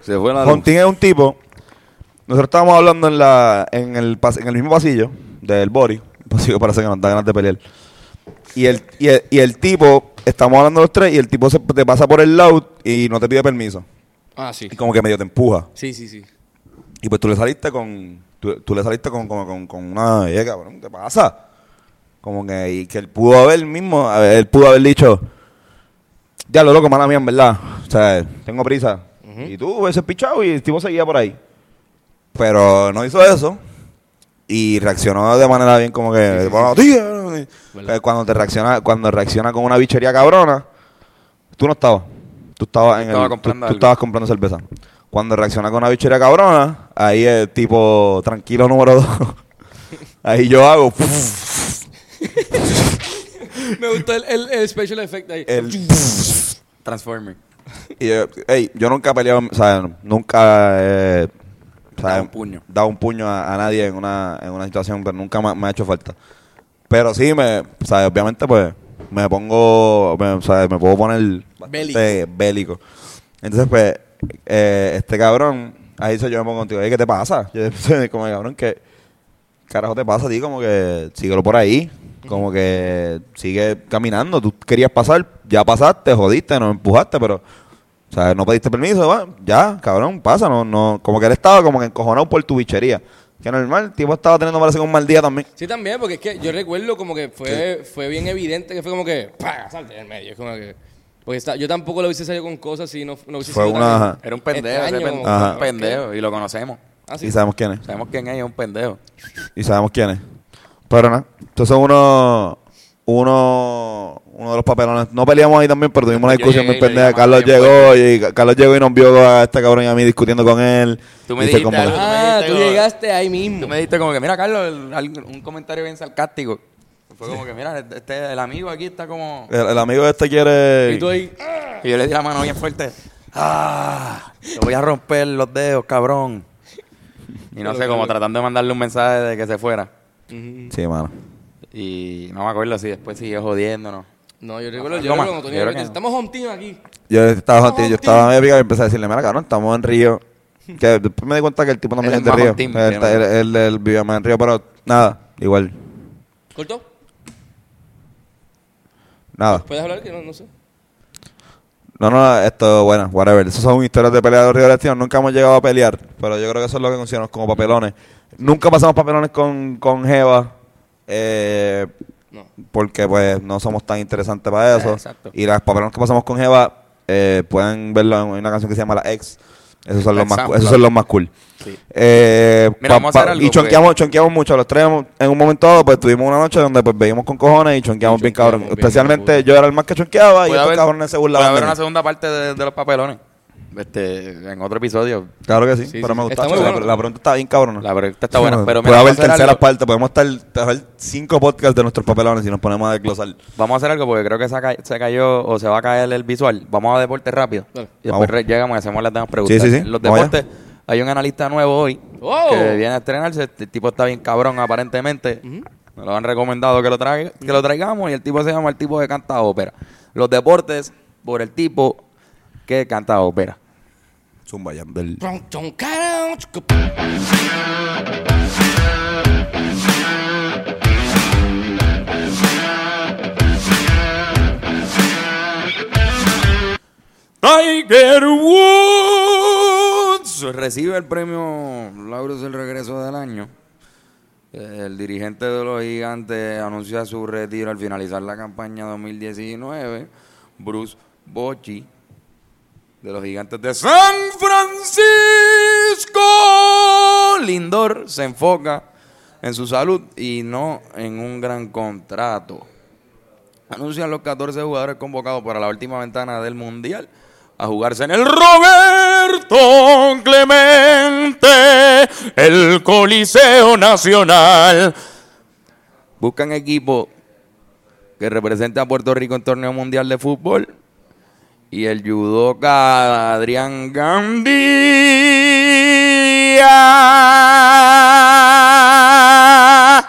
Speaker 2: se fue la
Speaker 1: Fontín es un tipo. Nosotros estábamos hablando en la en el, pas- en el mismo pasillo del Bori. Un pasillo que parece que nos da ganas de pelear. Y el, y, el, y el tipo, estamos hablando los tres, y el tipo se, te pasa por el loud y no te pide permiso.
Speaker 3: Ah, sí.
Speaker 1: Y como que medio te empuja.
Speaker 3: Sí, sí, sí.
Speaker 1: Y pues tú le saliste con. Tú, tú le saliste con, con, con, con una. "Eh, cabrón, ¿qué pasa? Como que. Y que él pudo haber mismo. a ver, Él pudo haber dicho. Ya lo loco, mala mía, en verdad. O sea, tengo prisa. Y tú, ese pichado, y el tipo seguía por ahí. Pero no hizo eso. y reaccionó de manera bien como que "Buenos días". Eh, cuando te reacciona cuando reacciona con una bichería cabrona tú no estabas tú estabas en
Speaker 2: estaba
Speaker 1: el, tú,
Speaker 2: comprando
Speaker 1: tú
Speaker 2: algo.
Speaker 1: estabas comprando cerveza cuando reacciona con una bichería cabrona ahí es tipo tranquilo número dos ahí yo hago
Speaker 3: Me gustó el, el, el special effect ahí.
Speaker 1: el
Speaker 2: Transformer.
Speaker 1: Y yo, ey, yo nunca he peleado, o sea, nunca he
Speaker 2: Dado un puño.
Speaker 1: dado un puño a, a nadie en una, en una situación, pero nunca me, me ha hecho falta. Pero sí, me, o sea, obviamente, pues, me pongo, me, o sea, me puedo poner bastante bélico. Entonces, pues, eh, este cabrón, ahí se yo me pongo contigo, "Ey, ¿qué te pasa? Yo, como cabrón, que carajo te pasa a ti? Como que síguelo por ahí. Como que sigue caminando. Tú querías pasar, ya pasaste, jodiste, nos empujaste, pero. O sea, no pediste permiso, va, ya, cabrón, pasa. No, no, como que él estaba como que encojonado por tu bichería. Que normal, el tipo estaba teniendo parece que un mal día también.
Speaker 3: Sí, también, porque es que yo recuerdo como que fue, fue bien evidente que fue como que, ¡pah! Salte del medio. Es como que. Porque está, yo tampoco lo hubiese salido con cosas si no, no hubiese
Speaker 1: Fue
Speaker 3: sido
Speaker 1: una-
Speaker 3: tan
Speaker 1: ajá.
Speaker 2: Era un pendejo,
Speaker 3: extraño,
Speaker 2: ese pendejo,
Speaker 3: como
Speaker 1: Ajá.
Speaker 2: era un pendejo, y lo conocemos.
Speaker 3: que- Ah, sí.
Speaker 1: Y sabemos quién es.
Speaker 2: Sabemos quién es, es un pendejo.
Speaker 1: Y sabemos quién es. Pero nada. Entonces uno. Uno, uno de los papelones. No peleamos ahí también, pero tuvimos una
Speaker 2: Yo
Speaker 1: discusión muy
Speaker 2: llegué y le
Speaker 1: pendeja.
Speaker 2: llamaba
Speaker 1: Carlos
Speaker 2: bien
Speaker 1: llegó y Ca- Carlos llegó y nos vio a este cabrón y a mí discutiendo con él.
Speaker 2: Tú me
Speaker 1: Y fue
Speaker 2: dijiste
Speaker 1: como-
Speaker 2: algo.
Speaker 3: Ah,
Speaker 2: me
Speaker 3: tú
Speaker 2: dijiste,
Speaker 3: llegaste ahí mismo.
Speaker 2: Tú me diste como que, mira, Carlos, el- al- un comentario bien sarcástico. Fue como que, mira, este, el amigo aquí está como...
Speaker 1: El, el amigo este quiere.
Speaker 3: Y tú ahí.
Speaker 2: Y yo le di la mano bien fuerte. ¡Ah! Te voy a romper los dedos, cabrón. Y no sé, como tratando de mandarle un mensaje de que se fuera.
Speaker 1: Sí, mano.
Speaker 2: Y no me acuerdo si después siguió jodiéndonos.
Speaker 3: No, yo recuerdo,
Speaker 2: Algo
Speaker 3: yo
Speaker 2: más.
Speaker 3: recuerdo cuando
Speaker 2: Ah, Yo
Speaker 3: Tony
Speaker 2: creo
Speaker 3: Roberts,
Speaker 2: que-
Speaker 3: Estamos home team aquí.
Speaker 1: Yo estaba
Speaker 3: Estamos
Speaker 1: tío, yo
Speaker 3: en
Speaker 1: estaba medio picado y empecé a decirle, mira cabrón, estamos en Río. Que después me di cuenta que el tipo también
Speaker 2: Él
Speaker 1: es de
Speaker 2: es
Speaker 1: Río.
Speaker 2: más team,
Speaker 1: él,
Speaker 2: primero.
Speaker 1: él- él- él vive más en Río, pero nada, igual,
Speaker 3: ¿Cortó?
Speaker 1: nada.
Speaker 3: ¿Puedes hablar? Que no, no sé.
Speaker 1: No, no, esto, bueno, whatever. Esas son historias de peleadores Río del Destino. Nunca hemos llegado a pelear, pero yo creo que eso es lo que consideramos como papelones. Nunca pasamos papelones con, con Jeva, eh,
Speaker 3: No.
Speaker 1: porque pues no somos tan interesantes para eso.
Speaker 2: Eh, exacto.
Speaker 1: Y las papelones que pasamos con Jeva, eh, pueden verlo en una canción que se llama La Ex. Esos son, los más, cu- esos son los más cool. Eh,
Speaker 2: Mira,
Speaker 1: pa-
Speaker 2: vamos a hacer
Speaker 1: pa-
Speaker 2: algo,
Speaker 1: y
Speaker 2: pues.
Speaker 1: chonqueamos, chonqueamos mucho. Los tres en un momento dado, pues tuvimos una noche donde pues veíamos con cojones y chonqueamos
Speaker 3: Y
Speaker 1: bien
Speaker 3: chonqueamos
Speaker 1: cabrón.
Speaker 3: bien, hijo de
Speaker 1: Especialmente
Speaker 3: puta.
Speaker 1: yo era el más que chonqueaba y
Speaker 2: Puede
Speaker 1: estos
Speaker 2: haber-
Speaker 1: cabrones se
Speaker 2: puede
Speaker 1: burlaban.
Speaker 2: haber
Speaker 1: de mí.
Speaker 2: una segunda parte de, de los papelones. Este, en otro episodio.
Speaker 1: Claro que sí,
Speaker 3: Sí,
Speaker 1: pero
Speaker 3: sí,
Speaker 1: me
Speaker 3: sí.
Speaker 1: gustó.
Speaker 3: Está muy
Speaker 1: La-
Speaker 3: bueno.
Speaker 1: La, pregunta está bien cabrona.
Speaker 2: La pregunta está buena, pero
Speaker 1: Puede
Speaker 2: mira,
Speaker 1: haber
Speaker 2: vamos a hacer
Speaker 1: terceras
Speaker 2: algo.
Speaker 1: partes, podemos estar, hacer cinco podcasts de nuestros papelones si nos ponemos a desglosar.
Speaker 2: Vamos a hacer algo porque creo que se, ca- se cayó o se va a caer el visual. Vamos a deporte rápido.
Speaker 3: Dale.
Speaker 2: Y después
Speaker 1: Vamos.
Speaker 2: re- llegamos y hacemos las demás preguntas.
Speaker 1: Sí, sí, sí.
Speaker 2: En los
Speaker 1: Vamos allá.
Speaker 2: deportes hay un analista nuevo hoy
Speaker 3: ¡Oh!
Speaker 2: que viene a estrenarse. Este tipo está bien cabrón aparentemente. Nos lo han recomendado que lo, traiga- que lo traigamos y el tipo se llama el tipo que canta ópera. Los deportes por el tipo que canta ópera.
Speaker 1: Zumba, Yandel.
Speaker 3: Pron, chon, cara, chucu.
Speaker 2: Tiger Woods recibe el premio Laureus el regreso del año. El dirigente de los gigantes anuncia su retiro al finalizar la campaña 2019. Bruce Bochy de los gigantes de San Francisco. Lindor se enfoca en su salud y no en un gran contrato. Anuncian los 14 jugadores convocados para la última ventana del Mundial a jugarse en el Roberto Clemente, el Coliseo Nacional. Buscan equipo que represente a Puerto Rico en torneo mundial de fútbol. Y el judoka Adrián Gandía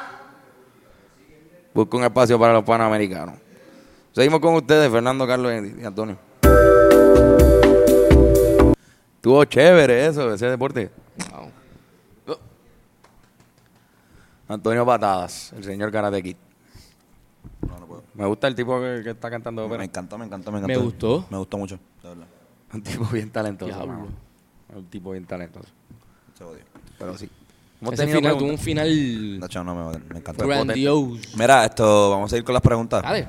Speaker 2: busca un espacio para los panamericanos. Seguimos con ustedes, Fernando, Carlos y Antonio. Estuvo chévere eso, ese deporte. Antonio Patadas, el señor Karate Kid. Me gusta el tipo que, que está cantando
Speaker 1: Me
Speaker 2: ópera.
Speaker 1: encantó, me encantó, me encantó.
Speaker 3: Me gustó.
Speaker 1: Me gustó mucho, de verdad.
Speaker 2: Un tipo bien talentoso.
Speaker 3: Diablo.
Speaker 2: mano. Un tipo bien talentoso.
Speaker 1: Se odia.
Speaker 2: Pero sí. Hemos
Speaker 3: Ese
Speaker 2: tenido
Speaker 3: final tuvo un
Speaker 2: preguntas.
Speaker 3: final
Speaker 1: Nacho, no, me, me encantó.
Speaker 3: grandioso.
Speaker 1: Mira, esto, vamos a ir con las preguntas.
Speaker 3: Dale.
Speaker 1: Eh,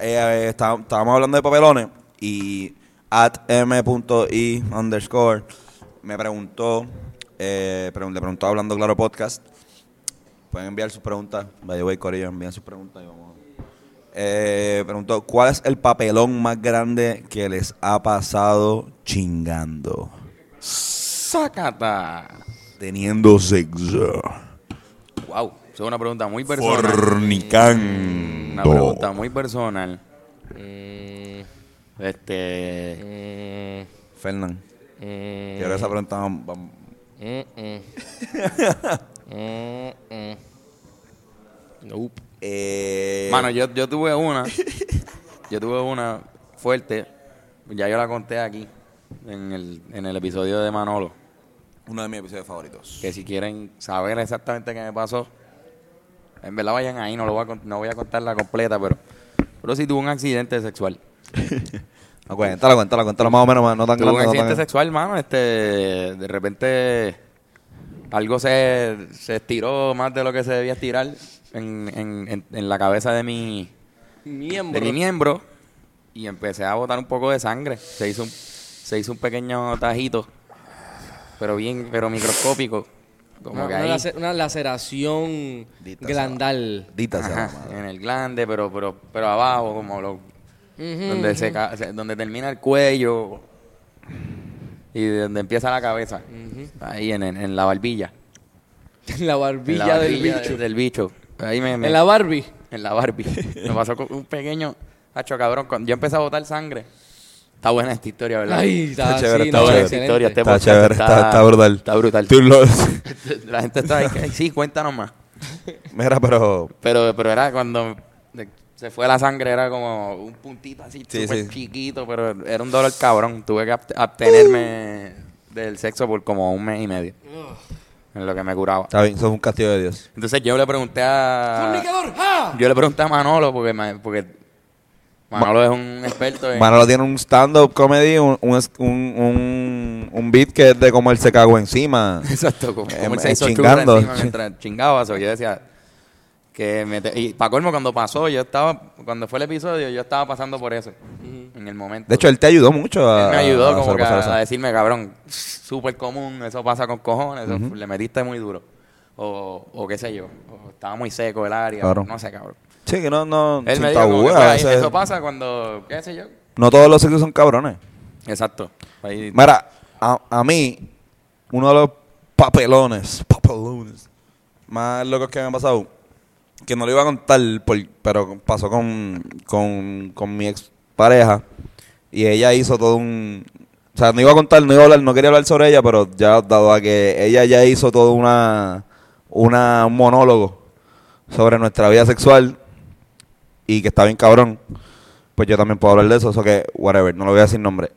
Speaker 1: eh, está- estábamos hablando de papelones y at m.i underscore me preguntó, eh, pregun- le preguntó hablando claro podcast, pues, Pueden enviar sus preguntas. Vaya, voy, Corillo, envían sus preguntas y vamos. Eh, preguntó, ¿cuál es el papelón más grande que les ha pasado chingando?
Speaker 2: ¡Sácata!
Speaker 1: Teniendo sexo.
Speaker 2: Wow, esa es una pregunta muy personal. Una
Speaker 5: Fornicando.
Speaker 2: pregunta muy personal.
Speaker 3: Mm,
Speaker 2: Este.
Speaker 3: mm,
Speaker 1: Fernán,
Speaker 3: mm,
Speaker 1: yo creo que esa pregunta va- va-
Speaker 3: mm, mm. Mm, mm. Nope.
Speaker 1: eh,
Speaker 2: Mano, yo, yo tuve una. Yo tuve una fuerte. Ya yo la conté aquí. En el, en el episodio de Manolo.
Speaker 1: uno de mis episodios favoritos.
Speaker 2: Que si quieren saber exactamente qué me pasó. En verdad vayan ahí, no, lo voy, a, cont- no voy a contar la completa, pero. Pero sí tuve un accidente sexual.
Speaker 1: No, cuéntala, cuéntala, cuéntala más o menos, más- no tan
Speaker 2: Tuve un
Speaker 1: grande. no tan
Speaker 2: accidente
Speaker 1: grande.
Speaker 2: sexual, mano. Este, de repente algo se, se estiró más de lo que se debía estirar en, en- en- en la cabeza de mi, de
Speaker 3: Miembro.
Speaker 2: mi miembro y empecé a botar un poco de sangre. Se hizo un, se hizo un pequeño tajito, pero bien, pero microscópico. Como
Speaker 3: una,
Speaker 2: que
Speaker 3: una
Speaker 2: ahí,
Speaker 3: lace- una laceración
Speaker 1: Dita
Speaker 3: glandal.
Speaker 1: Dita se
Speaker 2: ajá,
Speaker 1: va, madre.
Speaker 2: en el glande, pero, pero, pero abajo, como lo,
Speaker 3: Ujú.
Speaker 2: donde, se, ca- se- donde termina el cuello y de donde empieza la cabeza. Ahí en, en- en la barbilla.
Speaker 3: En la
Speaker 2: En
Speaker 3: barbilla,
Speaker 2: la
Speaker 3: del
Speaker 2: barbilla
Speaker 3: bicho.
Speaker 2: del bicho. Ahí me, me-
Speaker 3: En la Barbie.
Speaker 2: en la Barbie. Me pasó con un pequeño hacho cabrón. Cuando yo empecé a botar sangre. Está buena esta historia, ¿verdad?
Speaker 3: Ay, está,
Speaker 1: Está chévere,
Speaker 3: sí,
Speaker 1: está
Speaker 2: está
Speaker 3: no,
Speaker 2: buena
Speaker 1: chévere.
Speaker 2: esta
Speaker 3: excelente.
Speaker 2: historia. Este
Speaker 1: Está
Speaker 2: podcast
Speaker 1: chévere, está- está brutal.
Speaker 2: Está brutal.
Speaker 1: Tú lo-
Speaker 2: La gente está ahí. que, "Ay, Sí, cuéntanos más.
Speaker 1: Mira, pero
Speaker 2: Pero, pero era cuando de- se fue la sangre, era como un puntito así
Speaker 1: Sí,
Speaker 2: súper
Speaker 1: sí.
Speaker 2: chiquito, pero era un dolor cabrón. Tuve que abst- abstenerme del sexo por como un mes y medio. En lo que me curaba.
Speaker 1: está bien, eso es un castigo de Dios.
Speaker 2: Entonces yo le pregunté a.
Speaker 3: ¡Fornicador! ¡Ah!
Speaker 2: Yo le pregunté a Manolo, porque, ma- porque Manolo es un experto en.
Speaker 1: Manolo tiene un stand-up comedy, un, un, es- un- un- un beat que es de cómo él se cagó encima.
Speaker 2: Exacto, como,
Speaker 1: Em,
Speaker 2: como él
Speaker 1: eh,
Speaker 2: se hizo churra
Speaker 1: chingando.
Speaker 2: encima mientras chingaba. so, yo decía que me te- y para colmo cuando pasó, yo estaba, cuando fue el episodio, yo estaba pasando por eso en el momento.
Speaker 1: De hecho, él ah, te ayudó mucho a.
Speaker 2: Él me
Speaker 1: a
Speaker 2: ayudó como que
Speaker 1: sobrepasar eso.
Speaker 2: a, a decirme, cabrón, súper común, eso pasa con cojones, eso le metiste muy duro. O, o qué sé yo, o estaba muy seco el área,
Speaker 1: Claro.
Speaker 2: no sé, cabrón.
Speaker 1: Sí, que no, no.
Speaker 2: Él
Speaker 1: sin
Speaker 2: me dijo, como
Speaker 1: tabú,
Speaker 2: que,
Speaker 1: a
Speaker 2: pues, ahí-
Speaker 1: veces-
Speaker 2: eso pasa cuando, qué sé yo.
Speaker 1: No todos los sexos son cabrones.
Speaker 2: Exacto. Ahí-
Speaker 1: Mira, a, a mí, uno de los papelones, papelones más locos que me han pasado, que no lo iba a contar, por- pero pasó con, con, con mi ex pareja y ella hizo todo un... O sea, no iba a contar, no iba a hablar, no quería hablar sobre ella, pero ya dado a que ella ya hizo todo una, una, un monólogo sobre nuestra vida sexual y que está bien cabrón, pues yo también puedo hablar de eso, eso que, whatever, no lo voy a decir nombre.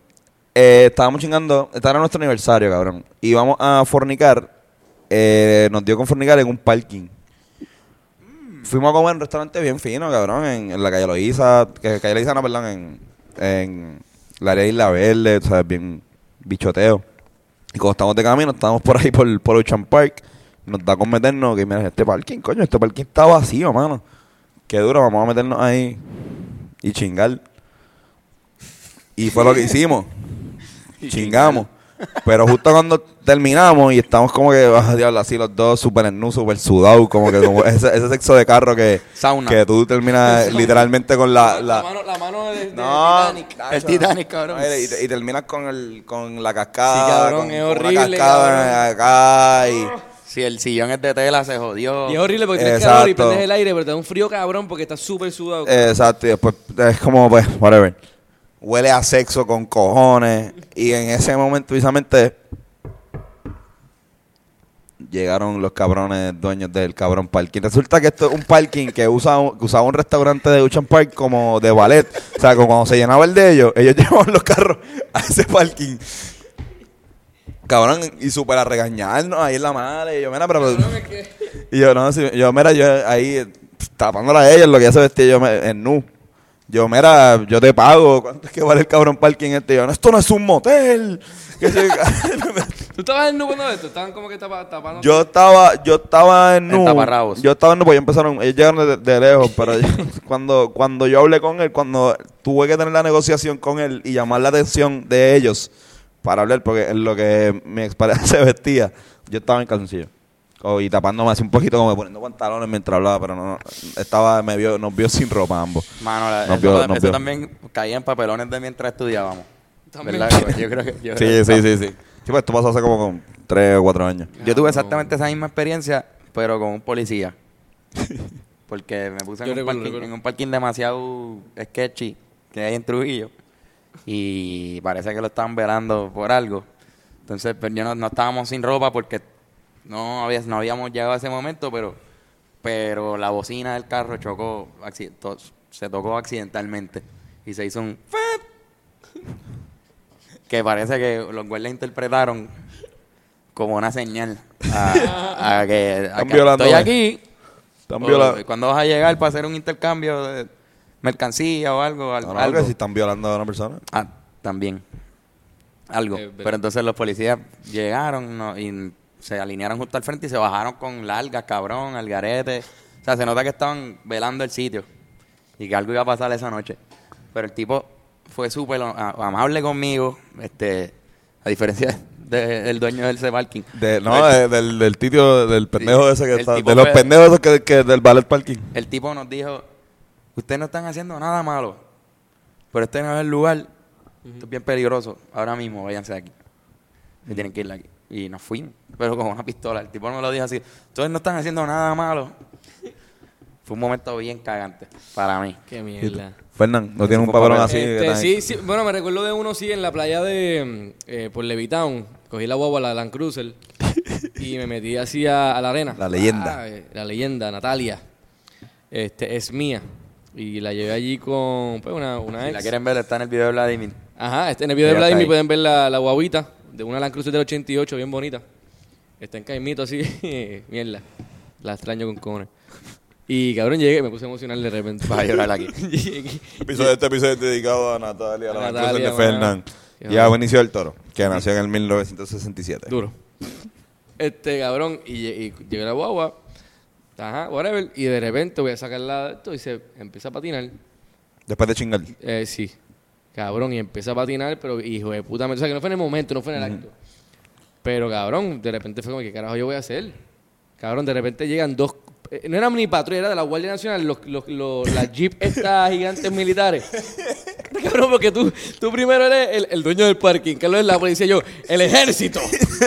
Speaker 1: Eh, estábamos chingando, este era nuestro aniversario, cabrón. Y vamos a fornicar, eh, nos dio con fornicar en un parking. Fuimos a comer en un restaurante bien fino, cabrón, en, en la calle Loíza, que calle Loíza no, perdón, en, en la área de Isla Verde, o sea, bien bichoteo. Y cuando estamos de camino, estábamos por ahí por, por Ocean Park, nos da con meternos, que mira, este parking, coño, este parking está vacío, mano. Qué duro, vamos a meternos ahí y chingar. Y fue lo que hicimos. chingamos. Pero justo cuando terminamos y estamos como que, ah, diablo, así los dos, súper en súper sudados, como que como ese, ese sexo de carro que,
Speaker 2: Sauna.
Speaker 1: que tú terminas literalmente con la...
Speaker 3: La,
Speaker 1: la-
Speaker 3: mano, la mano de, de
Speaker 1: no,
Speaker 3: Titanic.
Speaker 2: El Titanic, cabrón.
Speaker 1: No, y, y terminas con, el, con la cascada.
Speaker 3: Sí, cabrón,
Speaker 1: con-
Speaker 3: es
Speaker 1: con
Speaker 3: horrible,
Speaker 1: Una cascada acá y...
Speaker 2: Si el sillón es de tela, se jodió.
Speaker 3: Y es horrible porque tienes calor y
Speaker 1: Exacto. Eh.
Speaker 3: prendes el aire, pero te da un frío cabrón porque estás súper sudado.
Speaker 1: Exacto, y después es como, pues, whatever. Huele a sexo con cojones. Y en ese momento, precisamente, llegaron los cabrones dueños del cabrón parking. Resulta que esto es un parking que usa un- que usaba un restaurante de Ocean Park como de ballet. O sea, como cuando se llenaba el de ellos, ellos llevaban los carros a ese parking. Cabrón, y súper a regañarnos ahí en la madre. Y yo, mira, pero. Y yo, no, si- yo, mira, yo ahí pff, tapándola a ella en lo que ella se vestía yo me- en nu. Yo, mira, yo te pago. ¿Cuánto es que vale el cabrón parking este? Y yo, no, esto no es un motel. Que se-
Speaker 3: ¿Tú estabas en nube cuando esto? Estaban como que tapa- tapando.
Speaker 1: yo estaba, yo estaba en nu.
Speaker 2: En taparrabos.
Speaker 1: Yo estaba en nu, pues ellos empezaron, ellos llegaron de, de lejos, pero yo- cuando, cuando yo hablé con él, cuando tuve que tener la negociación con él y llamar la atención de ellos para hablar, porque en lo que mi expareja se vestía, yo estaba en calzoncillo. Oh, y tapándome así un poquito, como poniendo pantalones mientras hablaba, pero no, no, estaba, me vio, nos vio sin ropa ambos.
Speaker 2: Mano, la-
Speaker 1: Nos
Speaker 2: eso,
Speaker 1: vio-
Speaker 2: tam-
Speaker 1: nos
Speaker 2: eso
Speaker 1: vio.
Speaker 2: también caía en papelones de mientras estudiábamos.
Speaker 3: También.
Speaker 2: ¿Verdad? Yo- Yo creo que. yo creo
Speaker 1: Sí,
Speaker 2: que-
Speaker 1: sí, sí, sí. Sí, pues esto pasó hace como con tres o cuatro años.
Speaker 2: Yo tuve exactamente esa misma experiencia, pero con un policía. Porque me puse en
Speaker 3: Yo
Speaker 2: un,
Speaker 3: recuerdo,
Speaker 2: parking,
Speaker 3: recuerdo.
Speaker 2: en un parking demasiado sketchy que hay en Trujillo. Y parece que lo estaban velando por algo. Entonces, pero yo no, no estábamos sin ropa porque no, había, no habíamos llegado a ese momento, pero, pero la bocina del carro chocó, acci- to- se tocó accidentalmente. Y se hizo un... ¡fep! que parece que los guardias interpretaron como una señal a, a que, a
Speaker 1: Están
Speaker 2: que
Speaker 1: violando,
Speaker 2: estoy
Speaker 1: eh.
Speaker 2: aquí.
Speaker 1: Están
Speaker 2: o
Speaker 1: violando.
Speaker 2: Cuando vas a llegar para hacer un intercambio de mercancía o algo. al-
Speaker 1: No, no,
Speaker 2: algo.
Speaker 1: porque si están violando a una persona.
Speaker 2: Ah, también. Algo.
Speaker 3: Eh, ve-
Speaker 2: Pero entonces los policías llegaron no, y se alinearon justo al frente y se bajaron con largas, cabrón, al garete. O sea, se nota que estaban velando el sitio y que algo iba a pasar esa noche. Pero el tipo fue súper a- amable conmigo, este, a diferencia del dueño del C-Parking.
Speaker 1: De- no, de-
Speaker 3: pues,
Speaker 1: del, del titio, del pendejo
Speaker 2: Sí,
Speaker 1: ese que
Speaker 2: el
Speaker 1: está.
Speaker 2: tipo
Speaker 1: De los
Speaker 2: fue-
Speaker 1: pendejos esos que, que del ballet parking.
Speaker 2: El tipo nos dijo, ustedes no están haciendo nada malo, pero este no es el lugar, esto es bien peligroso, ahora mismo váyanse de aquí. Se tienen que ir de aquí. Y nos fuimos, pero con una pistola. El tipo me lo dijo así, ustedes no están haciendo nada malo. Fue un momento bien cagante para mí.
Speaker 3: Qué mierda.
Speaker 1: Fernán, no
Speaker 2: Ese
Speaker 1: tiene un
Speaker 2: fue
Speaker 1: papelón
Speaker 2: papel.
Speaker 1: así. que
Speaker 3: Este,
Speaker 1: está ahí.
Speaker 3: sí, sí, bueno, me recuerdo de uno, sí, en la playa de. mm, eh, por Levitown. Cogí la guagua, la Land Cruiser. y me metí así a, a la arena.
Speaker 1: La leyenda.
Speaker 3: Ah, eh, la leyenda, Natalia. Este, es mía. Y la llevé allí con. Pues una, una
Speaker 2: Si
Speaker 3: ex.
Speaker 2: la quieren ver, está en el video de Vladimir.
Speaker 3: Ajá, este, en el video de
Speaker 2: Ella está
Speaker 3: Vladimir
Speaker 2: ahí.
Speaker 3: pueden ver la, la guaguita de una Land Cruiser del 88, bien bonita. Está en caimito así, mierda. La extraño con cojones. Y cabrón, llegué, me puse emocional de repente.
Speaker 2: Vas a llorar aquí.
Speaker 3: Llegué.
Speaker 1: Episodio- este episodio es dedicado a Natalia, a la
Speaker 3: A
Speaker 1: Cruz de
Speaker 3: Natalia,
Speaker 1: Fernán.
Speaker 3: mano.
Speaker 1: Y a Benicio del Toro, que nació en el 1967.
Speaker 3: Duro. Este cabrón, y, lle- y llegué a la guagua, ajá, whatever, y de repente voy a sacarla de esto y se empieza a patinar.
Speaker 1: Después de chingar.
Speaker 3: Eh, sí, cabrón, y empieza a patinar, pero hijo de puta, o sea, que no fue en el momento, no fue en el acto. Pero cabrón, de repente fue como, ¿qué carajo yo voy a hacer? Cabrón, de repente llegan dos, eh, no eran ni patrullas, era de la Guardia Nacional, los, los, los- las jeep estas gigantes militares. Cabrón, porque tú, tú primero eres el, el dueño del parking, Carlos es la policía, yo, el ejército.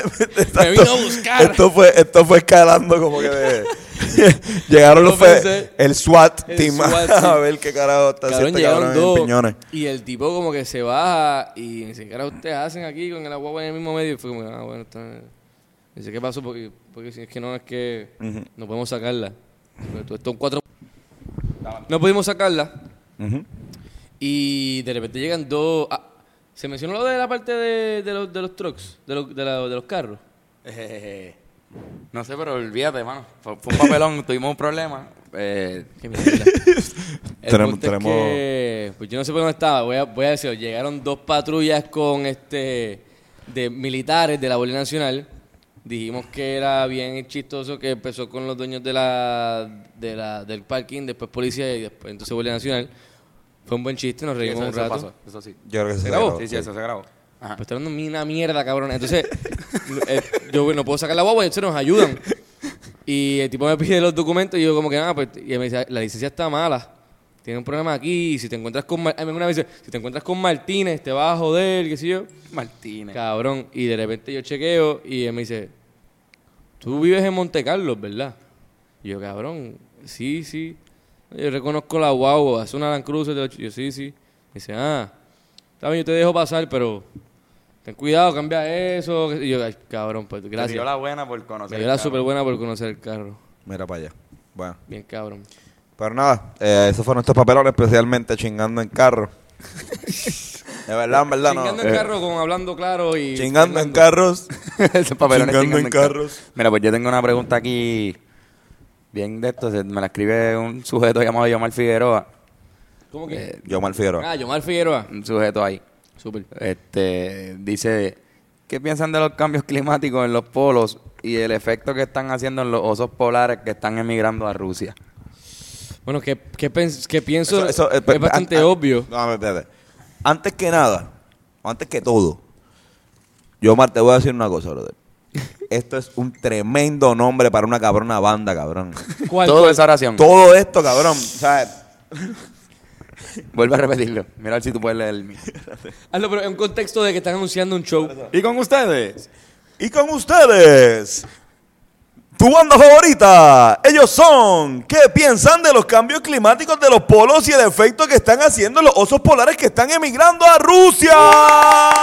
Speaker 3: Me vino a buscar.
Speaker 1: Esto fue, esto fue escalando como que de- Llegaron los
Speaker 3: Yo pensé-
Speaker 1: fe- el SWAT
Speaker 3: el
Speaker 1: team
Speaker 3: SWAT
Speaker 1: a
Speaker 3: team.
Speaker 1: ver qué carajo está haciendo
Speaker 3: Cabrón,
Speaker 1: este
Speaker 3: llegaron
Speaker 1: cabrón en
Speaker 3: dos.
Speaker 1: piñones.
Speaker 3: Y el tipo como que se baja y ni siquiera ustedes hacen aquí con el agua en el mismo medio. Y fue como, ah, bueno, está... Dice, ¿qué pasó? Porque, porque si es que no, es que no podemos sacarla. Porque tú- estos cuatro... No pudimos sacarla.
Speaker 1: Ujú.
Speaker 3: Y de repente llegan dos... ah, se mencionó lo de la parte de, de los, de los trucks, de los, de, la- de los carros.
Speaker 2: Eh, no sé, pero olvídate, mano. Fue, fue un papelón, tuvimos un problema. Eh,
Speaker 3: Qué mierda. El
Speaker 1: Tenemos-
Speaker 3: punto es
Speaker 1: tenemos-
Speaker 3: que, pues yo no sé por dónde estaba. Voy a, voy a decirlo. Llegaron dos patrullas con este de militares de la Guardia Nacional. Dijimos que era bien chistoso que empezó con los dueños de la, de la del parking, después policía y después entonces Guardia Nacional. Fue un buen chiste, nos reímos
Speaker 2: eso,
Speaker 3: un
Speaker 2: eso
Speaker 3: rato.
Speaker 2: pasó, eso sí.
Speaker 1: Yo creo que se,
Speaker 3: ¿Se grabó?
Speaker 1: grabó,
Speaker 2: Sí,
Speaker 1: sí.
Speaker 2: sí, eso se grabó. Ajá.
Speaker 3: Pues está dando una mierda, cabrón. Entonces, no, eh, yo no puedo sacar la guagua y entonces nos ayudan. Y el tipo me pide los documentos y yo como que, ah, pues, y él me dice, la licencia está mala. Tiene un problema aquí, y si te encuentras con... Mar- a mí Una vez me dice, si te encuentras con Martínez, te vas a joder, qué sé yo.
Speaker 2: Martínez.
Speaker 3: Cabrón. Y de repente yo chequeo y él me dice, tú vives en Monte Carlos, ¿verdad? Y yo, cabrón, sí, sí. Yo reconozco la guagua, es una Land Cruiser. de ocho- Yo, sí, sí. dice, ah, está bien, yo te dejo pasar, pero ten cuidado, cambia eso. qué sé yo. Y yo, ay, cabrón, pues
Speaker 2: Te dio
Speaker 3: gracias.
Speaker 2: la buena por conocer.
Speaker 3: Me dio la
Speaker 2: el carro.
Speaker 3: súper buena por conocer el carro.
Speaker 1: Mira para allá. Bueno.
Speaker 3: Bien, cabrón.
Speaker 1: Pero nada, eh, esos fueron estos papelones, especialmente chingando en carro. de verdad, en verdad, no.
Speaker 3: Chingando en
Speaker 1: Eh,
Speaker 3: carro, con hablando claro y.
Speaker 1: chingando en
Speaker 3: Fernando.
Speaker 1: carros.
Speaker 2: Esos papelones
Speaker 1: Chingando en
Speaker 2: chingando carro.
Speaker 1: carros.
Speaker 2: Mira, pues yo tengo una pregunta aquí. Bien de esto. se- Me la escribe un sujeto llamado Yomar Figueroa.
Speaker 3: ¿Cómo que?
Speaker 1: Yo mal Figueroa.
Speaker 3: ah, Yomar Figueroa.
Speaker 2: Un sujeto ahí.
Speaker 3: Súper.
Speaker 2: Este, dice, ¿qué piensan de los cambios climáticos en los polos y el efecto que están haciendo en los osos polares que están emigrando a Rusia?
Speaker 3: Bueno, que, que, pens- que pienso.
Speaker 1: eh, pe-
Speaker 3: es bastante
Speaker 1: an- an-
Speaker 3: obvio.
Speaker 1: No, espérate. Antes que nada, o antes que todo, yo, Mar, te voy a decir una cosa, brother. Esto es un tremendo nombre para una cabrona banda, cabrón.
Speaker 3: ¿Cuál,
Speaker 2: Todo
Speaker 3: cuál?
Speaker 2: esa oración.
Speaker 1: Todo esto, cabrón. O sea,
Speaker 2: Vuelve a repetirlo. Mira a ver si tú puedes leer el mío.
Speaker 3: Hazlo, pero en un contexto de que están anunciando un show.
Speaker 5: Y con ustedes.
Speaker 1: y con ustedes, tu banda favorita, ellos son. ¿Qué piensan de los cambios climáticos de los polos y el efecto que están haciendo los osos polares que están emigrando a Rusia?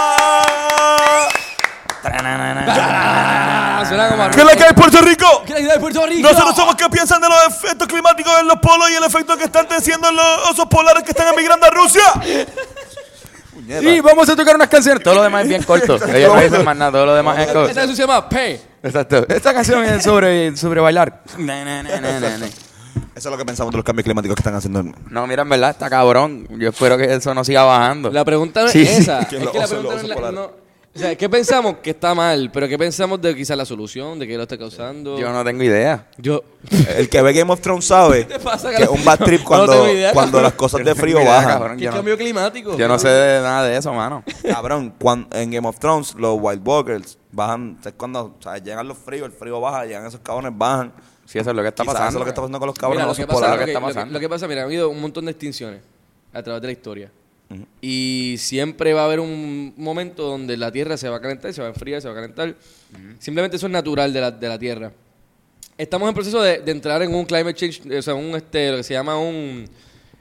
Speaker 3: Ah, suena como a-
Speaker 1: ¿Qué es la que hay Puerto Rico?
Speaker 3: ¿Qué es la idea de Puerto Rico?
Speaker 1: Nosotros somos que piensan de los efectos climáticos en los polos y el efecto que están teniendo los osos polares que están emigrando a Rusia.
Speaker 2: Y vamos a tocar unas canciones. Todo lo demás es bien corto. Ella no dice más nada. Todo lo demás es
Speaker 3: Esta
Speaker 2: corto.
Speaker 3: canción se llama P.
Speaker 2: Exacto. Esta canción es sobre, sobre bailar. Na, na, na, na, na, na.
Speaker 1: Eso es lo que pensamos de los cambios climáticos que están haciendo. en-
Speaker 2: No, mira, en verdad está cabrón. Yo espero que eso no siga bajando.
Speaker 3: La pregunta no es
Speaker 2: Sí, sí.
Speaker 3: esa.
Speaker 1: Que
Speaker 3: Es
Speaker 1: los
Speaker 3: que la
Speaker 1: osos, los
Speaker 3: pregunta no es la-
Speaker 1: osos
Speaker 3: no- O sea, ¿qué pensamos que está mal? Pero ¿qué pensamos de quizás la solución? ¿De qué lo está causando?
Speaker 2: Yo no tengo idea.
Speaker 3: Yo-
Speaker 1: El que ve Game of Thrones sabe
Speaker 3: te pasa,
Speaker 1: que es un
Speaker 3: cabrón?
Speaker 1: bad trip
Speaker 3: No
Speaker 1: cuando,
Speaker 3: tengo idea,
Speaker 1: cuando
Speaker 3: cabrón.
Speaker 1: las cosas de frío
Speaker 2: Yo no tengo idea,
Speaker 1: bajan.
Speaker 2: cabrón.
Speaker 3: ¿Qué
Speaker 2: Yo no-
Speaker 3: cambio climático?
Speaker 2: Yo no sé de nada de eso, mano.
Speaker 1: Cabrón, cuan- en Game of Thrones los Wild Walkers bajan, es cuando o sea, llegan los fríos, el frío baja, llegan esos cabrones, bajan.
Speaker 2: Sí, eso es lo que está
Speaker 1: Quizás
Speaker 2: pasando.
Speaker 1: Eso es lo que está pasando con los cabrones,
Speaker 3: Mira, lo
Speaker 1: los
Speaker 3: que
Speaker 1: osos
Speaker 3: pasa,
Speaker 1: polares.
Speaker 2: lo que
Speaker 3: lo que-
Speaker 2: está
Speaker 3: lo que-
Speaker 2: pasando.
Speaker 3: lo que pasa, mira, ha habido un montón de extinciones a través de la historia. Y siempre va a haber un momento donde la Tierra se va a calentar, se va a enfriar, se va a calentar. Simplemente eso es natural de la, de la Tierra. Estamos en proceso de, de entrar en un climate change, o sea, un este, lo que se llama un,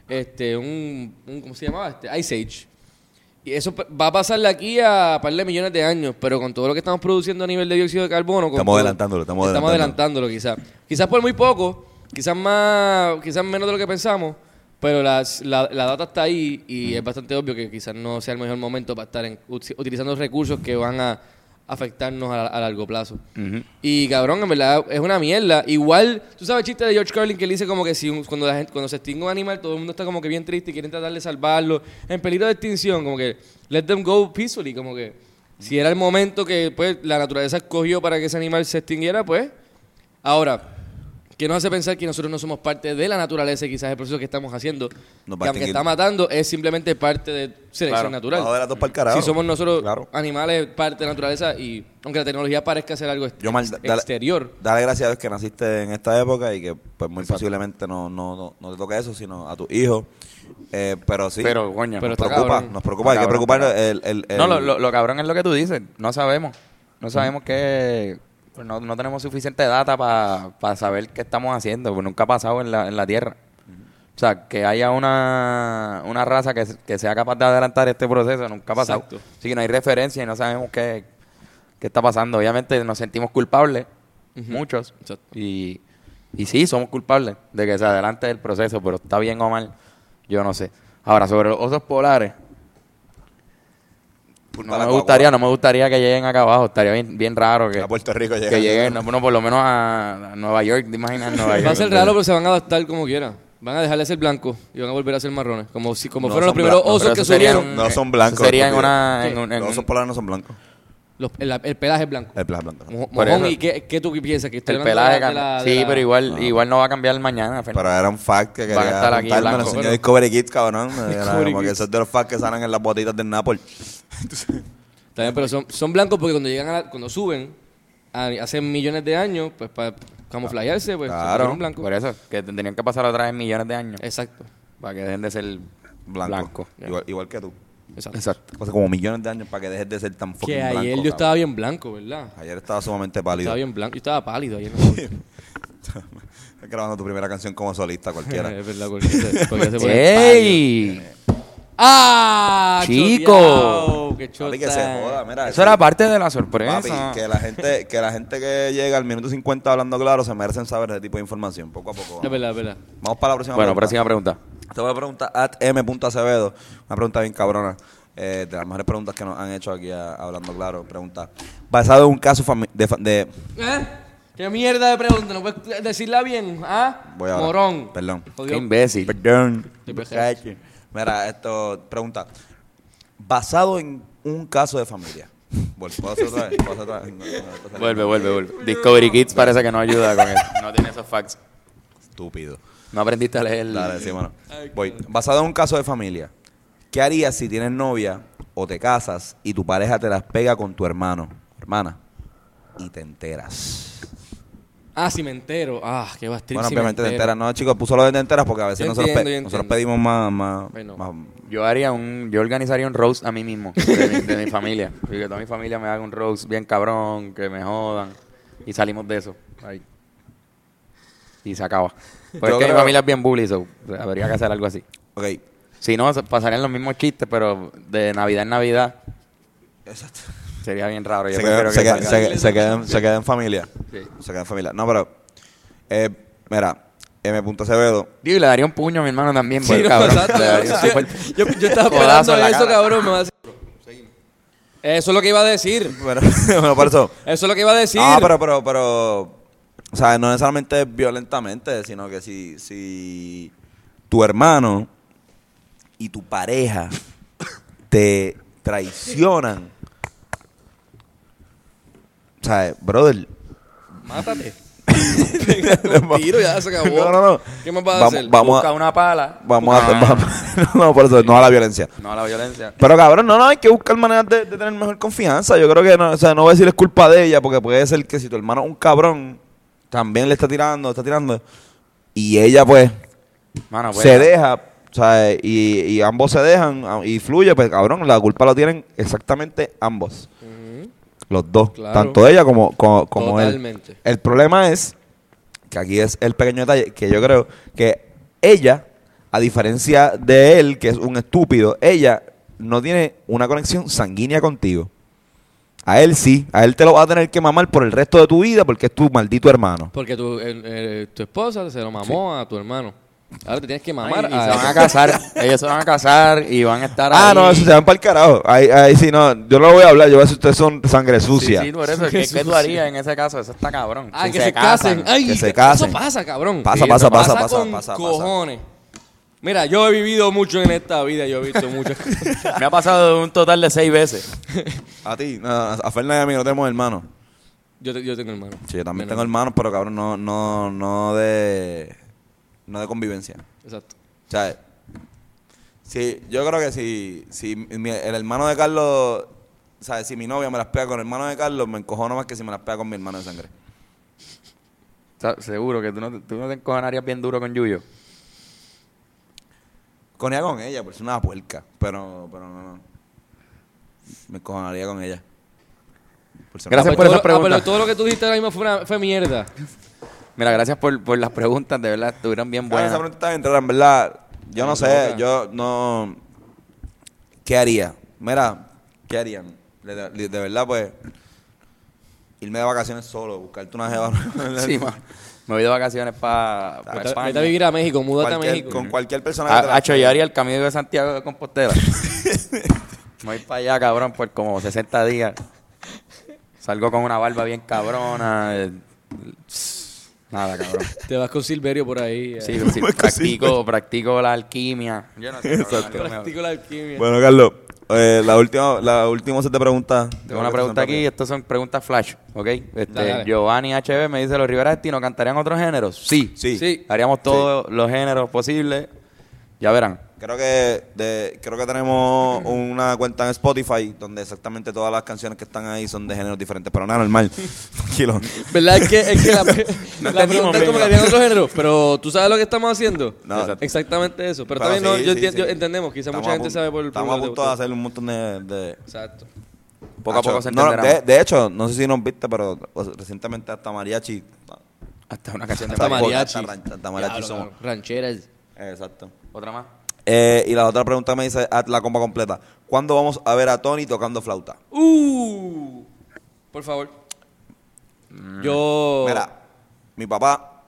Speaker 3: este, un, un- ¿cómo se llamaba? Este, Ice Age. Y eso pa- va a pasar de aquí a par de millones de años, pero con todo lo que estamos produciendo a nivel de dióxido de carbono. con
Speaker 1: Estamos
Speaker 3: todo-
Speaker 1: adelantándolo, estamos adelantándolo.
Speaker 3: adelantándolo, quizás. Quizás por muy poco, quizás más, quizás menos de lo que pensamos, pero las- la, la data está ahí y es bastante obvio que quizás no sea el mejor momento para estar en- ut- utilizando recursos que van a afectarnos a, a largo plazo. Y cabrón, en verdad, es una mierda. Igual, tú sabes el chiste de George Carlin que él dice como que si un- cuando, la gente, cuando se extingue un animal, todo el mundo está como que bien triste y quieren tratar de salvarlo. En peligro de extinción, como que let them go peacefully, como que si era el momento que pues, la naturaleza escogió para que ese animal se extinguiera, pues Ahora, que nos hace pensar que nosotros no somos parte de la naturaleza y quizás el proceso que estamos haciendo,
Speaker 1: Nos va a
Speaker 2: a que aunque
Speaker 1: extinguir.
Speaker 2: está matando, es simplemente parte de
Speaker 1: Claro.
Speaker 2: selección
Speaker 1: Vamos a
Speaker 2: natural.
Speaker 1: adelantar para el carajo.
Speaker 2: Si somos nosotros
Speaker 1: Claro.
Speaker 2: animales, parte de la naturaleza, y aunque la tecnología parezca ser algo ex-
Speaker 1: Yo mal-
Speaker 2: ex-
Speaker 1: dale-
Speaker 2: exterior,
Speaker 1: Dale gracias a Dios que naciste en esta época y que pues muy posiblemente no, no, no, no te toque eso, sino a tu hijo. Eh, pero sí,
Speaker 2: pero coño.
Speaker 3: Pero
Speaker 1: nos
Speaker 3: está
Speaker 1: preocupa,
Speaker 3: cabrón.
Speaker 1: nos preocupa, hay
Speaker 2: Está
Speaker 1: que
Speaker 2: cabrón,
Speaker 1: preocupar
Speaker 2: está
Speaker 1: el, el, el-
Speaker 2: no, lo, lo- lo cabrón es lo que tú dices. No sabemos. No sabemos qué. pues, no, no tenemos suficiente data para saber qué estamos haciendo. Pues nunca ha pasado en la, en la Tierra. O sea, que haya una, una raza que, se- que sea capaz de adelantar este proceso nunca ha pasado.
Speaker 3: Exacto.
Speaker 2: Así que no hay referencia y no sabemos qué, qué está pasando. Obviamente nos sentimos culpables, muchos.
Speaker 3: Exacto.
Speaker 2: Y, y sí, somos culpables de que se adelante el proceso, pero está bien o mal, yo no sé. Ahora, sobre los osos polares, no me gustaría, no me gustaría que lleguen acá abajo. Estaría bien, bien raro que,
Speaker 1: A Puerto Rico
Speaker 2: que
Speaker 1: llega.
Speaker 2: lleguen, no, bueno, por lo menos a a Nueva York. ¿Te imaginas Nueva York?
Speaker 3: va a ser raro, pero se van a adaptar como quieran. Van a dejar de ser blancos y van a volver a ser marrones. Como si como
Speaker 1: No
Speaker 3: fueron los
Speaker 1: son
Speaker 3: primeros
Speaker 1: blancos,
Speaker 2: Pero
Speaker 3: osos que
Speaker 2: eso sería
Speaker 3: subieron.
Speaker 2: un-
Speaker 1: No son
Speaker 2: eso
Speaker 1: blancos,
Speaker 2: Sería en
Speaker 1: estúpido.
Speaker 2: una. en un- en
Speaker 1: Los
Speaker 2: un-
Speaker 1: osos polares no son blancos.
Speaker 3: Los- el, el pelaje es blanco.
Speaker 1: El plan blanco.
Speaker 3: Mo-
Speaker 2: Por
Speaker 3: mojón,
Speaker 2: eso.
Speaker 3: ¿y qué, qué tú piensas? Que estoy
Speaker 2: el
Speaker 3: hablando de la-
Speaker 2: pelaje.
Speaker 3: de la-
Speaker 2: cambia.
Speaker 3: de
Speaker 2: Sí,
Speaker 3: la-
Speaker 2: pero igual,
Speaker 1: Ah.
Speaker 2: igual no va a cambiar mañana. Fer.
Speaker 1: Pero era un fact que
Speaker 2: Van a estar
Speaker 1: quería
Speaker 2: aquí
Speaker 1: contarme, lo
Speaker 2: blancos.
Speaker 1: enseñó Discovery Kids, cabrón. Era
Speaker 3: Discovery
Speaker 1: como que
Speaker 3: Kids.
Speaker 1: esos de los facts que salen en las botitas del Napoli.
Speaker 3: Está bien, pero son, son blancos porque cuando llegan a la- cuando suben, a- hace millones de años, pues para camuflajearse, pues
Speaker 1: Claro.
Speaker 3: se pusieron blancos.
Speaker 2: Por eso, que tendrían que pasar otra vez millones de años.
Speaker 3: Exacto,
Speaker 2: Para que dejen de ser
Speaker 1: Blanco.
Speaker 2: blancos.
Speaker 1: Igual, igual que tú.
Speaker 3: exacto.
Speaker 2: Exacto.
Speaker 1: O sea, como millones de años para que dejes de ser tan fucking
Speaker 3: Que ayer
Speaker 1: blanco.
Speaker 3: yo
Speaker 1: cabrón.
Speaker 3: estaba bien blanco, ¿verdad?
Speaker 1: Ayer estaba sumamente
Speaker 3: Estaba
Speaker 1: pálido.
Speaker 3: bien blanco. Yo estaba pálido ayer. No sé.
Speaker 1: Estás grabando tu primera canción como solista cualquiera.
Speaker 3: es verdad, porque se, porque se pone-
Speaker 2: ¡Ey!
Speaker 3: ¡Ah!
Speaker 2: Chico.
Speaker 3: choteao, ¡Qué chota! eh.
Speaker 1: Papi, que se joda, mira.
Speaker 2: Eso era parte de la
Speaker 1: Papi,
Speaker 2: sorpresa.
Speaker 1: que la, gente, que la gente que llega al minuto 50 hablando claro se merecen saber ese tipo de información, poco a poco.
Speaker 3: No, es verdad, es verdad.
Speaker 1: Vamos para la próxima
Speaker 2: Bueno,
Speaker 1: pregunta.
Speaker 2: próxima pregunta.
Speaker 1: Te voy a preguntar at m.acevedo, una pregunta bien cabrona, eh, de las mejores preguntas que nos han hecho aquí a- hablando claro. Pregunta, basado en un caso fami- de, fa- de-
Speaker 3: ¿Eh? ¿Qué mierda de pregunta? ¿No puedes decirla bien? ¿Ah?
Speaker 1: Voy ahora.
Speaker 3: Morón.
Speaker 1: Perdón.
Speaker 2: Qué
Speaker 3: Jodido.
Speaker 2: imbécil.
Speaker 1: Perdón.
Speaker 3: Te pejaste.
Speaker 1: Mira, esto, pregunta, basado en un caso de familia. Bueno, ¿puedo hacer otra vez? ¿Puedo hacer otra vez? No, no, no, no, no, no.
Speaker 2: Vuelve, vuelve, vuelve. Discovery Kids parece que no ayuda con eso. No tiene esos facts.
Speaker 1: Estúpido.
Speaker 2: No aprendiste a leer.
Speaker 1: Dale, sí, mano. Voy. Basado en un caso de familia, ¿qué harías si tienes novia o te casas y tu pareja te las pega con tu hermano, hermana? y te enteras.
Speaker 3: Ah, si me entero. Ah, qué bastriz.
Speaker 1: Bueno,
Speaker 3: si me
Speaker 1: obviamente te
Speaker 3: entero.
Speaker 1: enteras. No, chicos, puso lo de te enteras porque a veces
Speaker 3: Yo
Speaker 1: nosotros,
Speaker 3: entiendo,
Speaker 1: pe-
Speaker 3: yo
Speaker 1: nosotros
Speaker 3: entiendo.
Speaker 1: pedimos más, más,
Speaker 3: Bueno.
Speaker 1: más-
Speaker 2: Yo haría un, yo organizaría un roast a mí mismo, de mi, de mi familia. Y que toda mi familia me haga un roast bien cabrón, que me jodan. Y salimos de eso. Ahí. Y se acaba. Porque
Speaker 1: Yo
Speaker 2: mi
Speaker 1: creo-
Speaker 2: familia es bien bully, so, habría que hacer algo así.
Speaker 1: Ok,
Speaker 2: Si no, se- pasarían los mismos chistes, pero de Navidad en Navidad.
Speaker 1: exacto.
Speaker 2: Sería bien raro. Yo
Speaker 1: Se queda,
Speaker 2: prefiero
Speaker 1: se,
Speaker 2: que
Speaker 1: queda,
Speaker 2: salga.
Speaker 1: se, se queda en, se queda en familia.
Speaker 2: Sí.
Speaker 1: Se queda en familia. No, pero. Eh, mira, M. Acevedo.
Speaker 2: Digo, y le daría un puño a mi hermano también.
Speaker 3: Sí,
Speaker 2: pues,
Speaker 3: no,
Speaker 2: cabrón.
Speaker 3: exacto.
Speaker 2: Le daría un super-
Speaker 3: yo, yo estaba
Speaker 2: Codazo
Speaker 3: esperando
Speaker 2: en la
Speaker 3: eso,
Speaker 2: cara.
Speaker 3: cabrón. me va a decir- Eso es lo que iba a decir.
Speaker 1: Bueno, bueno, por eso.
Speaker 3: Eso es lo que iba a decir.
Speaker 1: Ah, pero, pero, pero. O sea, no necesariamente violentamente, sino que si, si tu hermano y tu pareja te traicionan. O sea, brother.
Speaker 3: Mátate. Un tiro, ya se acabó.
Speaker 1: No, no, no.
Speaker 3: ¿Qué más vas a
Speaker 1: Vamos-
Speaker 3: hacer?
Speaker 1: vamos
Speaker 2: Busca
Speaker 1: a-
Speaker 2: una pala.
Speaker 1: Vamos
Speaker 2: No,
Speaker 1: a.
Speaker 2: no, no.
Speaker 1: vamos- no, no, por eso, no a la violencia.
Speaker 2: No, la violencia.
Speaker 1: Pero cabrón, no, no, hay que buscar maneras de, de tener mejor confianza. Yo creo que no, o sea, no voy a decir es culpa de ella, porque puede ser que si tu hermano es un cabrón, también le está tirando, está tirando, y ella pues
Speaker 2: Mano, pues,
Speaker 1: se deja, o sea, y, y ambos se dejan a- y fluye, pues cabrón, la culpa la tienen exactamente ambos. Los dos,
Speaker 3: Claro.
Speaker 1: tanto ella como, como, como él.
Speaker 3: Totalmente.
Speaker 1: El problema es, que aquí es el pequeño detalle, que yo creo que ella, a diferencia de él, que es un estúpido, ella no tiene una conexión sanguínea contigo. A él sí, a él te lo va a tener que mamar por el resto de tu vida porque es tu maldito hermano.
Speaker 3: Porque tu, el- el- tu esposa se lo mamó a tu hermano. Ahora te tienes que mamar
Speaker 2: Ay, y
Speaker 3: a...
Speaker 2: se van a casar. Ellos se van a casar y van a estar
Speaker 1: Ah,
Speaker 2: ahí.
Speaker 1: no, eso se van para el carajo. Ahí, ahí sí, no, yo no voy a hablar, yo voy a decir ustedes son sangre sucia.
Speaker 2: Sí, sí, por eso. ¿Qué, qué tú harías en ese caso? Eso está cabrón.
Speaker 3: Ah,
Speaker 2: Si
Speaker 3: que se,
Speaker 2: casan.
Speaker 3: casen. Ay,
Speaker 1: que se
Speaker 3: que-
Speaker 1: casen.
Speaker 3: Eso pasa, cabrón.
Speaker 1: Pasa,
Speaker 3: Sí,
Speaker 1: pasa,
Speaker 3: eso
Speaker 1: pasa, pasa,
Speaker 3: con
Speaker 1: pasa, pasa.
Speaker 3: cojones. Mira, yo he vivido mucho en esta vida. Yo he visto muchas cosas.
Speaker 2: Me ha pasado un total de seis veces.
Speaker 1: A ti, no, a Fernández y a mí no tenemos hermanos.
Speaker 3: Yo, te- yo tengo hermano.
Speaker 1: Sí, yo también
Speaker 3: Yo
Speaker 1: tengo
Speaker 3: no-
Speaker 1: hermanos, pero cabrón, no, no, no de, no de convivencia.
Speaker 3: Exacto.
Speaker 1: O sea, si, yo creo que si, si mi- el hermano de Carlos, ¿sabes? Si mi novia me las pega con el hermano de Carlos, me encojono más que si me las pega con mi hermano de sangre.
Speaker 2: Seguro que tú no, tú no te encojonarías bien duro con Yuyo.
Speaker 1: Conía con ella, por es una puerca, pero, pero no, no. Me encojonaría con ella. Por ser una
Speaker 2: Gracias
Speaker 1: puerca.
Speaker 2: por
Speaker 3: Ah, todo
Speaker 2: esa
Speaker 3: lo- ah,
Speaker 2: pregunta.
Speaker 3: pero todo lo que tú dijiste ahora mismo fue, una- fue mierda.
Speaker 1: Ah,
Speaker 2: Mira, gracias por, por las preguntas. De verdad, estuvieron bien
Speaker 1: Bueno,
Speaker 2: buenas.
Speaker 1: esa pregunta está bien rara, en verdad. Yo no
Speaker 3: Está
Speaker 1: sé,
Speaker 3: loca.
Speaker 1: yo no. ¿Qué haría? Mira, ¿qué harían? Le- De, le- de verdad, pues. Irme de vacaciones solo, buscarte una jeva.
Speaker 2: Sí, ma. Me voy de vacaciones para
Speaker 3: Vete-
Speaker 2: España.
Speaker 3: Pues Vete a vivir a México, múdate a
Speaker 1: Cualquier-
Speaker 3: México.
Speaker 1: Con cualquier persona que te
Speaker 2: Ah,
Speaker 1: la-
Speaker 2: Hacho, yo haría el camino de Santiago de Compostela. Me voy para allá, cabrón, por como 60 días. Salgo con una barba bien cabrona. eh, Nada, cabrón.
Speaker 3: Te vas con Silverio por ahí. eh.
Speaker 2: Sí, sí, practico, practico la alquimia. Yo no sé, cabrón, algo me-
Speaker 3: Practico la alquimia.
Speaker 1: Bueno, Carlos, eh, la última, la última se te pregunta.
Speaker 2: Tengo una pregunta aquí, estas son preguntas flash, ¿ok? Este,
Speaker 3: Dale, dale.
Speaker 2: Giovanni HB me dice, ¿los Rivera Destino cantarían otros géneros? Sí.
Speaker 1: Sí.
Speaker 3: Sí.
Speaker 2: Haríamos todos los géneros posibles. Ya verán.
Speaker 1: Creo que, de- creo que tenemos una cuenta en Spotify donde exactamente todas las canciones que están ahí son de géneros diferentes, pero nada, normal. Tranquilo.
Speaker 3: ¿Verdad? Es que, es que la, la
Speaker 2: entendimos
Speaker 3: pregunta es
Speaker 2: bien.
Speaker 3: como que había otro género, pero ¿tú sabes lo que estamos haciendo?
Speaker 1: No. Exacto.
Speaker 3: Exactamente eso. Pero,
Speaker 1: Pero
Speaker 3: también no,
Speaker 1: sí,
Speaker 3: yo,
Speaker 1: sí,
Speaker 3: enti-
Speaker 1: sí.
Speaker 3: yo entendemos, quizá
Speaker 1: Estamos
Speaker 3: mucha
Speaker 1: a
Speaker 3: gente
Speaker 1: pun-
Speaker 3: sabe por el
Speaker 1: Estamos a punto de hacer un montón de. de-
Speaker 3: Exacto.
Speaker 2: Poco a
Speaker 1: Hacho,
Speaker 2: poco se
Speaker 1: no, no,
Speaker 2: entenderán.
Speaker 1: de, de hecho, no sé si nos viste, pero o sea, recientemente hasta mariachi.
Speaker 2: Hasta una canción de
Speaker 1: Hasta
Speaker 2: María.
Speaker 1: mariachi. Hasta- hasta mariachi
Speaker 3: Diablo,
Speaker 1: somos.
Speaker 3: cabrón. Rancheras.
Speaker 1: Exacto.
Speaker 2: Otra más.
Speaker 1: Eh, y la otra pregunta me dice, haz la compa completa. ¿Cuándo vamos a ver a Tony tocando flauta?
Speaker 3: Uh, por favor. Yo.
Speaker 1: Mm. Mira, mi papá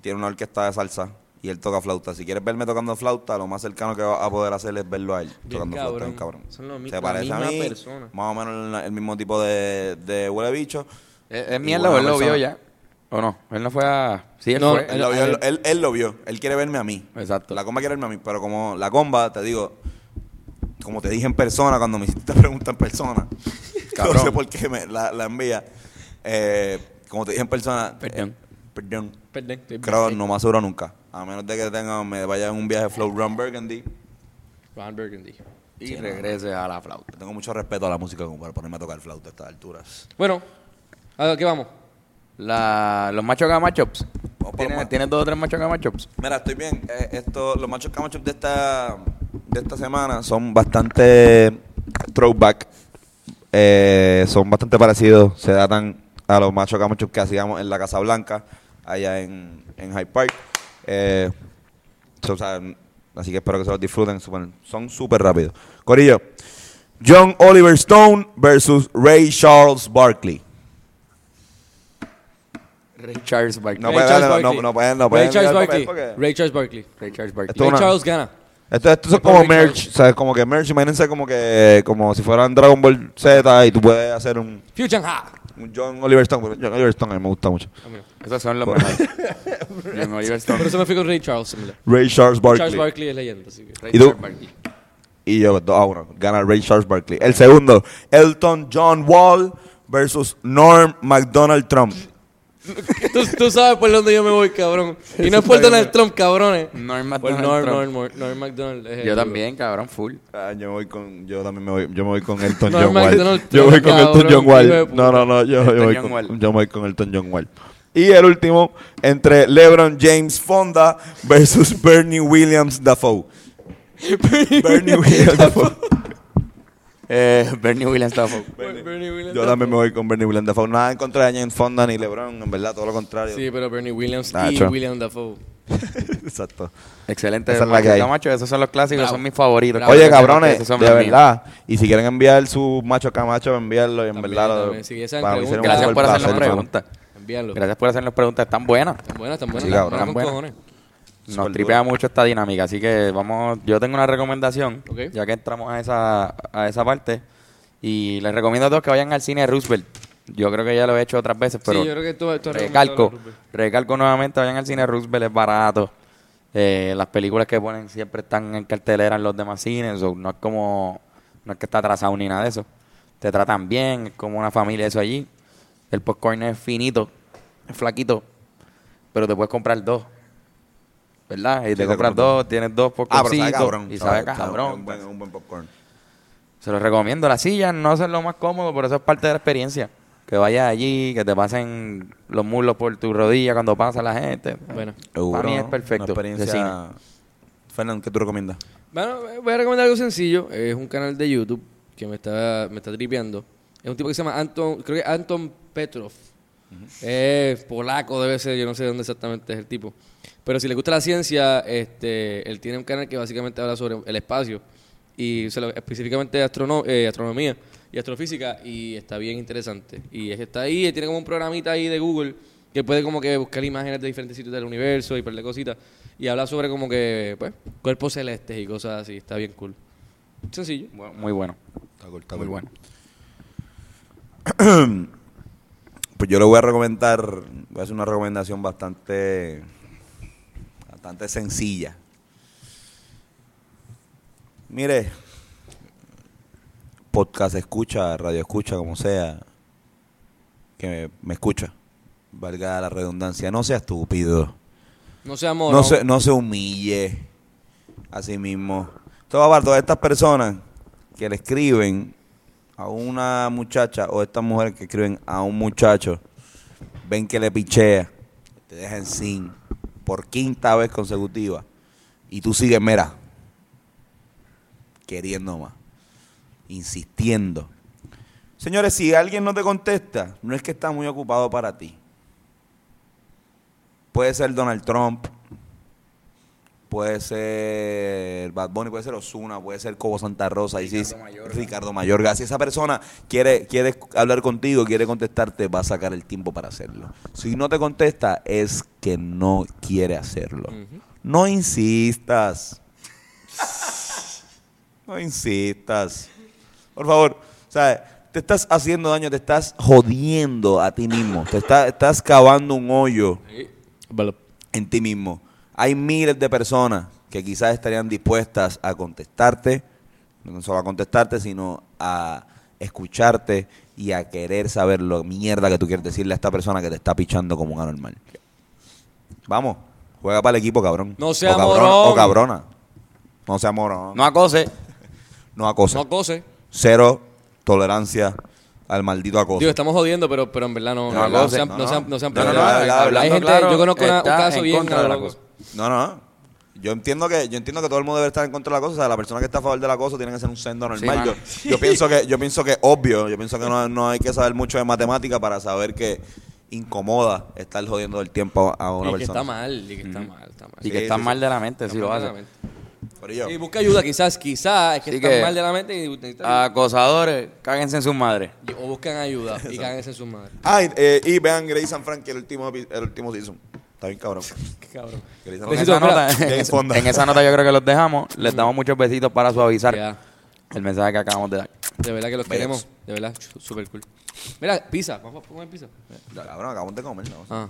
Speaker 1: tiene una orquesta de salsa y él toca flauta. Si quieres verme tocando flauta, lo más cercano que va a poder hacer es verlo a él
Speaker 3: Bien
Speaker 1: tocando flauta.
Speaker 3: cabrón.
Speaker 1: bien cabrón.
Speaker 3: Son lo mi-
Speaker 1: Se
Speaker 3: la
Speaker 1: parece a
Speaker 3: misma
Speaker 1: mí,
Speaker 3: persona.
Speaker 1: más o menos la- el mismo tipo de, de huele bicho.
Speaker 2: Es, es
Speaker 1: Y
Speaker 2: mierda,
Speaker 1: buena
Speaker 2: o él lo vio
Speaker 1: persona.
Speaker 2: ya. ¿O no? Él no fue a. Sí, él
Speaker 3: No,
Speaker 2: fue.
Speaker 1: Él lo, vio,
Speaker 3: a
Speaker 1: él,
Speaker 3: él.
Speaker 1: él- él lo vio. Él quiere verme a mí.
Speaker 2: Exacto.
Speaker 1: La comba quiere verme a mí, pero como la comba, te digo, como te dije en persona, cuando me hiciste pregunta en persona, no sé
Speaker 2: Cabrón.
Speaker 1: por qué me la, la envía. eh, como te dije en persona,
Speaker 2: Perdón.
Speaker 1: eh, perdón,
Speaker 3: Perdón, estoy
Speaker 1: creo
Speaker 3: bien.
Speaker 1: no más seguro nunca. A menos de que tenga, me vaya en un viaje Flow Run Burgundy.
Speaker 3: Ron Burgundy.
Speaker 2: Y regrese a la flauta.
Speaker 1: Tengo mucho respeto a la música como para ponerme a tocar flauta a estas alturas.
Speaker 3: Bueno, ¿A ver, qué vamos?
Speaker 2: La, los machos camachops.
Speaker 1: Vamos para los
Speaker 2: ¿Tienes,
Speaker 1: machos.
Speaker 2: ¿Tienes dos o tres machos camachops?
Speaker 1: Mira, estoy bien. Eh, esto, los machos camachos de esta, de esta semana son bastante throwback. Eh, son bastante parecidos. Se datan a los machos camachos que hacíamos en la Casa Blanca, allá en, en Hyde Park. Eh, so, o sea, así que espero que se los disfruten. Súper- son súper rápidos. Corillo, John Oliver Stone versus Ray Charles Barkley.
Speaker 2: Ray Charles Barkley.
Speaker 1: No, puede- no, no, no pueden- no pueden
Speaker 3: Ray Charles
Speaker 1: mirar el papel
Speaker 3: Barkley.
Speaker 1: porque-
Speaker 3: Ray Charles Barkley.
Speaker 2: Ray Charles Barkley.
Speaker 1: Esto es una-
Speaker 3: Ray Charles gana.
Speaker 1: Esto, esto son
Speaker 3: Por
Speaker 1: como
Speaker 3: Ricardo.
Speaker 1: merch, ¿sabes? Como que merch, imagínense como que como si fueran Dragon Ball Z y tú puedes hacer un,
Speaker 3: Future Ha.
Speaker 1: un John Oliver Stone. porque John Oliver Stone a mí me gusta mucho.
Speaker 2: Esos son los mejores. John Oliver Stone.
Speaker 3: Por eso me fui con Ray Charles. en verdad.
Speaker 1: Ray Charles
Speaker 3: Charles
Speaker 1: Barkley.
Speaker 3: Barkley es leyenda. Así que.
Speaker 2: Ray
Speaker 1: ¿Y tú?
Speaker 2: Charles Barkley.
Speaker 1: Y yo, 2 a 1. Gana Ray Charles Barkley. El segundo, Elton John Wall versus Norm McDonald Trump.
Speaker 3: tú, tú sabes por dónde yo me voy, cabrón. Y no es por Donald Trump, cabrones.
Speaker 2: Norm
Speaker 3: Por
Speaker 2: McDonald
Speaker 3: Norm,
Speaker 2: Trump.
Speaker 3: Norm, Norm, Norm McDonald. es el
Speaker 2: Yo
Speaker 3: duro.
Speaker 2: también, cabrón, full.
Speaker 1: Ah, yo, me voy con, yo también me voy, yo me voy con Elton
Speaker 3: Norm
Speaker 1: John Wall.
Speaker 3: McDonald
Speaker 1: Yo voy con
Speaker 3: Trump,
Speaker 1: Elton John
Speaker 3: cabrón, hijo de
Speaker 1: Wall.
Speaker 3: puta.
Speaker 1: No, no, no, yo, yo
Speaker 2: Elton
Speaker 1: voy
Speaker 2: John Wall.
Speaker 1: con, yo me voy con Elton John Wall. Y el último, entre LeBron James Fonda versus Bernie Williams Dafoe. Bernie Williams Dafoe.
Speaker 2: Eh, Bernie Williams Stafford.
Speaker 3: Bernie Williams.
Speaker 1: Yo también me voy con Bernie Williams Dafoe. Nada en contra de James Fonda ni LeBron, en verdad, todo lo contrario.
Speaker 3: Sí, pero Bernie Williams y
Speaker 1: Nacho.
Speaker 3: William Dafoe.
Speaker 1: Exacto.
Speaker 2: Excelente.
Speaker 1: Esa es la que
Speaker 2: Machos
Speaker 1: hay.
Speaker 2: Camacho, esos son los clásicos,
Speaker 3: Bravo.
Speaker 2: son mis favoritos.
Speaker 3: Bravo.
Speaker 1: Oye,
Speaker 2: Esos
Speaker 1: cabrones,
Speaker 2: esos
Speaker 1: de
Speaker 2: son los míos.
Speaker 1: verdad. Y si quieren enviar su macho camacho, enviarlo. Y en
Speaker 3: También,
Speaker 1: verdad, lo-
Speaker 3: también. Si quieren,
Speaker 1: para mí
Speaker 3: preguntas.
Speaker 1: sería un
Speaker 2: Gracias
Speaker 1: súper
Speaker 2: por hacernos
Speaker 1: placer, mano.
Speaker 2: preguntas.
Speaker 3: Envíalo.
Speaker 2: Gracias por hacernos preguntas tan buenas.
Speaker 3: Tan buenas, tan buenas.
Speaker 1: Sí,
Speaker 3: tan
Speaker 1: cabrón.
Speaker 3: buenas con
Speaker 2: Buena.
Speaker 3: cojones.
Speaker 2: Nos
Speaker 1: Súper
Speaker 2: tripea
Speaker 1: duro.
Speaker 2: mucho esta dinámica, así que vamos, yo tengo una recomendación,
Speaker 3: Ok.
Speaker 2: ya que entramos a esa, a esa parte, y les recomiendo a todos que vayan al cine Roosevelt. Yo creo que ya lo he hecho otras veces, pero
Speaker 3: sí, yo creo que tú, tú
Speaker 1: eh,
Speaker 3: has recomendado
Speaker 2: recalco,
Speaker 3: los Rupert.
Speaker 2: recalco nuevamente, vayan al cine Roosevelt, es barato. Eh, las películas que ponen siempre están en cartelera en los demás cines, so, no es como, no es que está atrasado ni nada de eso. Te tratan bien, es como una familia eso allí. El popcorn es finito, es flaquito, pero te puedes comprar dos. ¿Verdad? Y te
Speaker 1: te
Speaker 2: compras
Speaker 1: compras
Speaker 2: dos, tienes dos popcorn.
Speaker 1: Ah, pero sabe cabrón.
Speaker 2: Y sabe,
Speaker 1: sabe-
Speaker 2: cabrón. pues.
Speaker 1: Un buen, un buen popcorn.
Speaker 2: Se los recomiendo. Las sillas no son lo más cómodo, pero eso es parte de la experiencia. Que vayas allí, que te pasen los muslos por tu rodilla cuando pasa la gente.
Speaker 3: Bueno.
Speaker 2: para mí es
Speaker 1: Una
Speaker 2: perfecto. de cine.
Speaker 1: experiencia... Fernando, ¿qué tú recomiendas?
Speaker 3: Bueno, eh, voy a recomendar algo sencillo. Es un canal de YouTube que me está, me está tripeando. Es un tipo que se llama Anton, creo que Anton Petrov. Es polaco, debe ser, yo no sé dónde exactamente es el tipo. Pero si le gusta la ciencia, este, él tiene un canal que básicamente habla sobre el espacio y se lo- específicamente astrono- eh, astronomía y astrofísica y está bien interesante. Y es que está ahí, él tiene como un programita ahí de Google que puede como que buscar imágenes de diferentes sitios del universo y par de cositas y habla sobre como que, pues, cuerpos celestes y cosas así. Está bien cool. Sencillo.
Speaker 2: Bu- Muy bueno. Muy bueno.
Speaker 1: Pues yo le voy a recomendar, voy a hacer una recomendación bastante, bastante sencilla. Mire, podcast escucha, radio escucha, como sea, que me, me escucha, valga la redundancia, no sea estúpido,
Speaker 3: No sea
Speaker 1: no,
Speaker 3: mono.
Speaker 1: se, no se humille a sí mismo. Esto va para todas estas personas que le escriben a una muchacha o estas mujeres que escriben a un muchacho, ven que le pichea, te dejan sin por quinta vez consecutiva y tú sigues, mira, queriendo más, insistiendo. Señores, si alguien no te contesta, no es que está muy ocupado para ti. Puede ser Donald Trump, puede ser Bad Bunny, puede ser Osuna, puede ser Cobo Santa Rosa, y si es- Ricardo Mayorga. Si esa persona quiere, quiere hablar contigo, quiere contestarte, va a sacar el tiempo para hacerlo. Si no te contesta, es que no quiere hacerlo. No insistas. No insistas. Por favor, ¿sabes? Te estás haciendo daño, te estás jodiendo a ti mismo. Te está- estás cavando un hoyo
Speaker 3: Vale.
Speaker 1: en ti mismo. Hay miles de personas que quizás estarían dispuestas a contestarte, no solo a contestarte, sino a escucharte y a querer saber lo mierda que tú quieres decirle a esta persona que te está pichando como un anormal. Vamos, juega para el equipo, cabrón.
Speaker 3: No sea
Speaker 1: o cabrona,
Speaker 3: morón.
Speaker 1: O cabrona. No sea morón.
Speaker 2: No acose.
Speaker 1: No acoses.
Speaker 3: No cose.
Speaker 1: Cero tolerancia al maldito acoso.
Speaker 3: Digo, estamos jodiendo, pero, pero en verdad no,
Speaker 1: No,
Speaker 3: no, no
Speaker 1: no,
Speaker 3: sean,
Speaker 1: no,
Speaker 3: no sean,
Speaker 1: no.
Speaker 3: no sean
Speaker 1: No, no,
Speaker 3: pendejos.
Speaker 1: no, hablando
Speaker 3: Hay gente,
Speaker 2: claro,
Speaker 3: yo conozco una- un
Speaker 2: está
Speaker 3: caso
Speaker 2: en
Speaker 3: bien
Speaker 2: contra de la
Speaker 3: loco.
Speaker 2: cosa.
Speaker 1: No, no. Yo entiendo que yo entiendo que todo el mundo debe estar en contra del acoso. O sea, la persona que está a favor del acoso tiene que ser un sendo normal.
Speaker 2: mano.
Speaker 1: yo, yo pienso que yo pienso que es obvio. Yo pienso que no, no hay que saber mucho de matemática para saber que incomoda estar jodiendo el tiempo a una
Speaker 3: Y que
Speaker 1: persona.
Speaker 3: está mal, y que está mal, está mal.
Speaker 2: Y
Speaker 1: Sí,
Speaker 2: que están
Speaker 1: sí,
Speaker 2: mal de la mente si lo hacen.
Speaker 3: Exactamente.
Speaker 1: Corillo,
Speaker 3: Y busca ayuda, quizás, quizás, es que
Speaker 2: Así
Speaker 3: están
Speaker 2: que- Ah.
Speaker 3: mal de la mente y necesitan ayuda.
Speaker 2: Acosadores, cáguense en sus madres.
Speaker 3: Y- O buscan ayuda y cáguense en sus madres.
Speaker 1: Ah, y, eh, y vean Grey's and Frank, el último, epi- el último season. Está bien cabrón.
Speaker 3: Qué cabrón.
Speaker 1: Grey's and
Speaker 2: En
Speaker 3: Besito,
Speaker 2: esa, nota,
Speaker 1: espera. Bien fonda.
Speaker 2: en esa nota yo creo que los dejamos. Les damos muchos besitos para suavizar
Speaker 3: Ya.
Speaker 2: el mensaje que acabamos de dar.
Speaker 3: De verdad que los queremos. De verdad, súper cool. Mira, pizza. Vamos a comer pizza.
Speaker 1: Frank. Cabrón, acabamos de comer. ¿no?
Speaker 3: Ah,